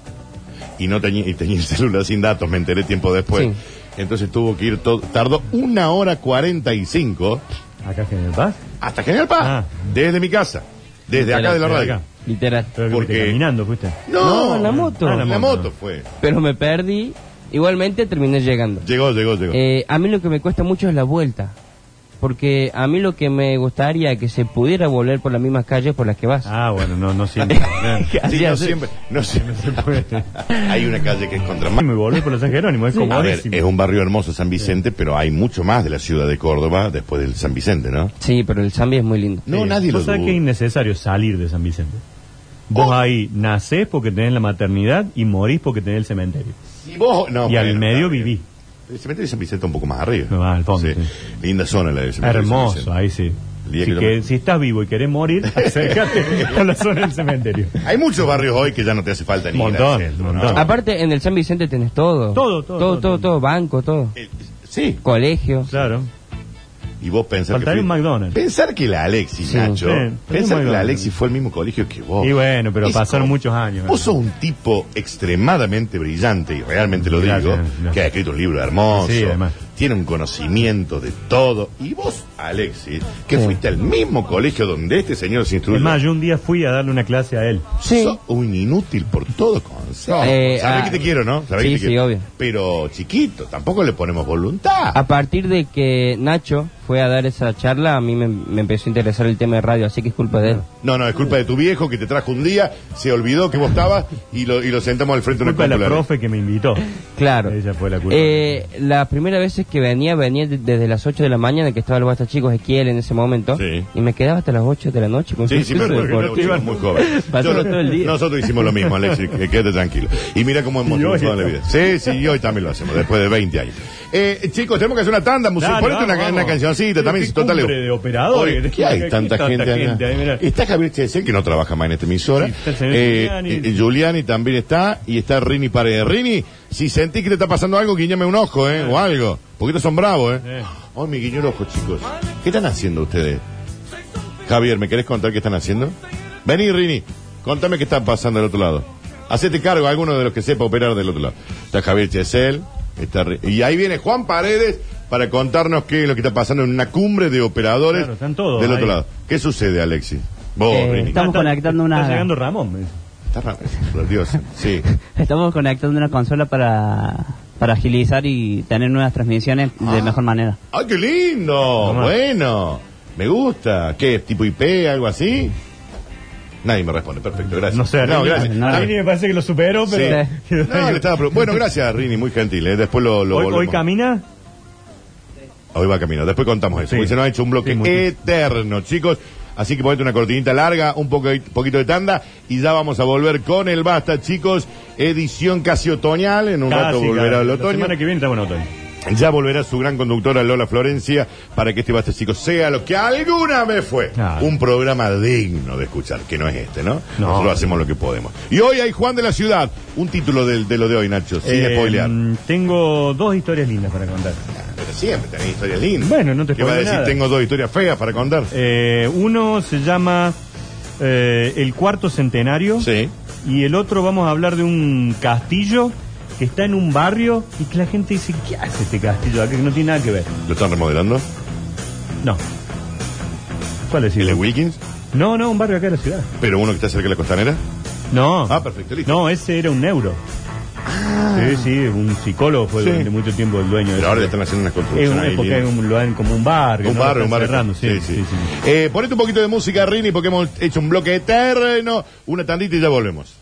Speaker 2: y no tenía, y tenía el celular sin datos, me enteré tiempo después.
Speaker 4: Sí.
Speaker 2: Entonces tuvo que ir todo, tardó una hora cuarenta y cinco
Speaker 3: Acá General Paz.
Speaker 2: hasta General Paz,
Speaker 3: Ah.
Speaker 2: desde mi casa, desde
Speaker 4: Literal,
Speaker 2: acá de la
Speaker 3: desde
Speaker 2: radio.
Speaker 3: acá.
Speaker 4: Literal.
Speaker 3: Pero que
Speaker 2: Porque-
Speaker 3: fuiste caminando, fuiste.
Speaker 2: No,
Speaker 4: No, la moto.
Speaker 3: Ah,
Speaker 2: la,
Speaker 3: la moto.
Speaker 2: moto. fue.
Speaker 4: Pero me perdí, igualmente terminé llegando.
Speaker 2: Llegó, llegó, llegó.
Speaker 4: Eh, a mí lo que me cuesta mucho es la vuelta. Porque a mí lo que me gustaría que se pudiera volver por las mismas calles por las que vas.
Speaker 3: Ah, *laughs* bueno, no,
Speaker 2: *laughs*
Speaker 3: no siempre.
Speaker 2: Sí,
Speaker 4: así,
Speaker 2: no
Speaker 4: así.
Speaker 2: siempre, no siempre.
Speaker 3: Se
Speaker 2: *laughs*
Speaker 3: puede.
Speaker 2: Hay una calle que es contra
Speaker 3: Me volví por los San Jerónimo, es como
Speaker 2: A ver, es un barrio hermoso San Vicente, pero hay mucho más de la ciudad de Córdoba después del San Vicente, ¿no?
Speaker 4: Sí, pero el Zambi es muy lindo.
Speaker 2: No, nadie lo
Speaker 3: ¿Vos sabés que es
Speaker 2: duda. Oh.
Speaker 3: innecesario salir de San Vicente? Vos ahí nacés porque tenés la maternidad y morís porque tenés el cementerio.
Speaker 2: Y vos, no,
Speaker 3: y al
Speaker 2: bueno,
Speaker 3: medio
Speaker 2: está bien.
Speaker 3: viví.
Speaker 2: El cementerio de San Vicente un poco más arriba.
Speaker 3: Ah, al fondo, sí.
Speaker 2: Linda zona la de cementerio. de San
Speaker 3: Hermoso,
Speaker 2: Vicente.
Speaker 3: ahí sí.
Speaker 2: El día
Speaker 3: Así
Speaker 2: que
Speaker 3: que,
Speaker 2: lo-
Speaker 3: si estás vivo y querés morir,
Speaker 2: *laughs*
Speaker 3: acércate a la zona del cementerio.
Speaker 2: Hay muchos barrios hoy que ya no te hace falta ni ir al
Speaker 3: Montón,
Speaker 2: centro,
Speaker 3: montón.
Speaker 2: ¿no? Ah,
Speaker 4: Aparte, en el San Vicente tenés todo.
Speaker 3: Todo, todo,
Speaker 4: Todo,
Speaker 3: todo,
Speaker 4: todo, todo, banco, todo.
Speaker 2: Eh, Sí,
Speaker 4: Colegio.
Speaker 3: Claro.
Speaker 2: y vos pensar
Speaker 3: Faltaría
Speaker 2: que.
Speaker 3: un
Speaker 2: fui-
Speaker 3: McDonald's.
Speaker 2: Pensar que la Alexis,
Speaker 4: Sí,
Speaker 2: Nacho.
Speaker 3: sí, faltaría un
Speaker 2: pensar que la
Speaker 3: McDonald's.
Speaker 2: Alexis fue al mismo colegio que vos.
Speaker 3: Y bueno, pero
Speaker 2: Es
Speaker 3: pasaron
Speaker 2: como-
Speaker 3: muchos años.
Speaker 2: Vos sos un tipo extremadamente brillante, y realmente lo
Speaker 3: Gracias,
Speaker 2: digo,
Speaker 3: gracias.
Speaker 2: que ha escrito un libro hermoso,
Speaker 3: Sí, además.
Speaker 2: tiene un conocimiento de todo. Y vos, Alexis, que
Speaker 4: Sí.
Speaker 2: fuiste al mismo colegio donde este señor se instruyó,
Speaker 3: Es más, yo un día fui a darle una clase a él.
Speaker 4: Sí.
Speaker 2: sos un inútil por todo concepto.
Speaker 4: Eh,
Speaker 2: Sabés
Speaker 4: ah,
Speaker 2: que te quiero, ¿no? Sabés
Speaker 4: sí,
Speaker 2: que te
Speaker 4: sí,
Speaker 2: quiero.
Speaker 4: obvio. Ah.
Speaker 2: Pero chiquito, tampoco le ponemos voluntad.
Speaker 4: A partir de que Nacho fue a dar esa charla, a mí me, me empezó a interesar el tema de radio, así que es culpa de él.
Speaker 3: Ah,
Speaker 2: No, no, es culpa de tu viejo que te trajo un día, se olvidó que vos estabas y lo, y lo sentamos al frente de una
Speaker 3: Culpa de la
Speaker 2: computadora.
Speaker 3: profe que me invitó.
Speaker 4: Claro.
Speaker 3: Ella fue la culpa.
Speaker 4: Eh, las primeras veces que venía, venía de- desde las 8 de la mañana, que estaba el Basta Chicos Equiel en ese momento,
Speaker 2: Sí.
Speaker 4: y me quedaba hasta las 8 de la noche con
Speaker 2: Sí, sí,
Speaker 4: suceso
Speaker 2: pero
Speaker 4: de
Speaker 2: porque
Speaker 4: por-
Speaker 2: nosotros éramos muy jóvenes.
Speaker 4: Pasamos
Speaker 2: Yo-
Speaker 4: todo el día.
Speaker 2: Nosotros hicimos lo mismo, Alexis, que quédate tranquilo. Y mira cómo hemos
Speaker 3: Y hoy
Speaker 2: triunfado en la vida. Sí, sí, y hoy también lo hacemos, después de 20 años. Eh, chicos, tenemos que hacer una tanda musical.
Speaker 3: Dale,
Speaker 2: Ponete una,
Speaker 3: vamos,
Speaker 2: una
Speaker 3: vamos.
Speaker 2: cancioncita
Speaker 3: Qué-
Speaker 2: también.
Speaker 3: qué
Speaker 2: si total,
Speaker 3: cumbre de operadores.
Speaker 2: Oye, ¿Qué hay
Speaker 3: Qué
Speaker 2: tanta,
Speaker 3: tanta
Speaker 2: gente,
Speaker 3: gente
Speaker 2: acá?
Speaker 3: ahí, mirá.
Speaker 2: Está Javier Chesel, que no trabaja más en esta emisora.
Speaker 3: Sí, está el señor
Speaker 2: Eh,
Speaker 3: Giuliani.
Speaker 2: eh, Giuliani también está. Y está Rini Paredes. Rini, si sentís que te está pasando algo, guiñame un ojo, ¿eh? O algo. Porque estos son bravos, ¿eh?
Speaker 3: Sí.
Speaker 2: Ay, me guiñó el ojo, chicos. ¿Qué están haciendo ustedes? Javier, ¿me querés contar qué están haciendo? Vení, Rini, contame qué está pasando del otro lado. Hacete cargo alguno de los que sepa operar del otro lado. Está Javier Chesel, está Ri- y ahí viene Juan Paredes para contarnos qué es lo que está pasando en una cumbre de operadores
Speaker 3: Claro, están todos
Speaker 2: del otro
Speaker 3: ahí.
Speaker 2: lado. ¿Qué sucede, Alexis? Vos,
Speaker 9: Eh,
Speaker 2: Rini.
Speaker 9: Estamos
Speaker 3: Está-
Speaker 9: conectando una-
Speaker 3: Está llegando Ramón. me dice.
Speaker 2: Está raro, por Dios. Sí.
Speaker 9: Estamos conectando una consola para, para agilizar y tener nuevas transmisiones de
Speaker 2: Ah.
Speaker 9: mejor manera.
Speaker 2: ¡Ay, qué lindo!
Speaker 3: Tomá.
Speaker 2: Bueno, me gusta. ¿Qué? ¿Tipo IP? ¿Algo así? Nadie me responde. Perfecto, gracias.
Speaker 3: No sé,
Speaker 2: no,
Speaker 3: Rini.
Speaker 2: gracias.
Speaker 9: No,
Speaker 3: A mí me parece que lo superó, *laughs* pero.
Speaker 2: Sí. No, le estaba pro- bueno, gracias, Rini, muy gentil. ¿eh? Después lo, lo
Speaker 3: hoy, hoy
Speaker 2: volvemos.
Speaker 3: camina.
Speaker 2: Hoy va camino. Después contamos eso.
Speaker 3: Sí.
Speaker 2: porque se nos ha hecho un bloque
Speaker 3: Sí, muchísimo.
Speaker 2: eterno, chicos. Así que ponete una cortinita larga, un poco, poquito de tanda y ya vamos a volver con el Basta, chicos. Edición casi otoñal. En un rato
Speaker 3: Casi,
Speaker 2: volverá
Speaker 3: casi.
Speaker 2: el
Speaker 3: La
Speaker 2: otoño.
Speaker 3: semana que viene estamos en otoño.
Speaker 2: Ya volverá su gran conductora Lola Florencia para que este Basta Chicos sea lo que alguna vez fue.
Speaker 3: Ah.
Speaker 2: Un programa digno de escuchar, que no es este, ¿no?
Speaker 3: No.
Speaker 2: Nosotros hacemos lo que podemos. Y hoy hay Juan de la Ciudad, un título del- de, lo de hoy, Nacho, sin
Speaker 3: Eh,
Speaker 2: spoilear.
Speaker 3: Tengo dos historias lindas para contar.
Speaker 2: Pero siempre tenés historias lindas.
Speaker 3: Bueno, no te
Speaker 2: ¿Qué va a
Speaker 3: spoileo
Speaker 2: decir?
Speaker 3: nada.
Speaker 2: Tengo dos historias feas para contar.
Speaker 3: Eh, uno se llama eh, El Cuarto Centenario.
Speaker 2: Sí.
Speaker 3: Y el otro vamos a hablar de un castillo que está en un barrio y que la gente dice, ¿qué hace este castillo acá que no tiene nada que ver?
Speaker 2: ¿Lo están remodelando?
Speaker 3: No. ¿Cuál es?
Speaker 2: ¿El de
Speaker 3: el-
Speaker 2: Wilkins?
Speaker 3: No, no, un barrio acá de la ciudad.
Speaker 2: ¿Pero uno que está cerca de la costanera?
Speaker 3: No.
Speaker 2: Ah, perfecto, listo. Ah.
Speaker 3: No, ese era un neuro. Sí, sí, un psicólogo fue
Speaker 2: Sí.
Speaker 3: durante mucho tiempo el dueño de
Speaker 2: Pero
Speaker 3: ese
Speaker 2: ahora le
Speaker 3: lugar.
Speaker 2: están haciendo unas
Speaker 3: Es
Speaker 2: construcciones
Speaker 3: una
Speaker 2: ahí
Speaker 3: época,
Speaker 2: lindas.
Speaker 3: un lugar como un barrio.
Speaker 2: Un
Speaker 3: ¿no?
Speaker 2: barrio, un
Speaker 3: Están
Speaker 2: barrio.
Speaker 3: cerrando, sí, sí, sí, sí.
Speaker 2: Eh, ponete un poquito de música, Rini, porque hemos hecho un bloque eterno, una tandita y ya volvemos.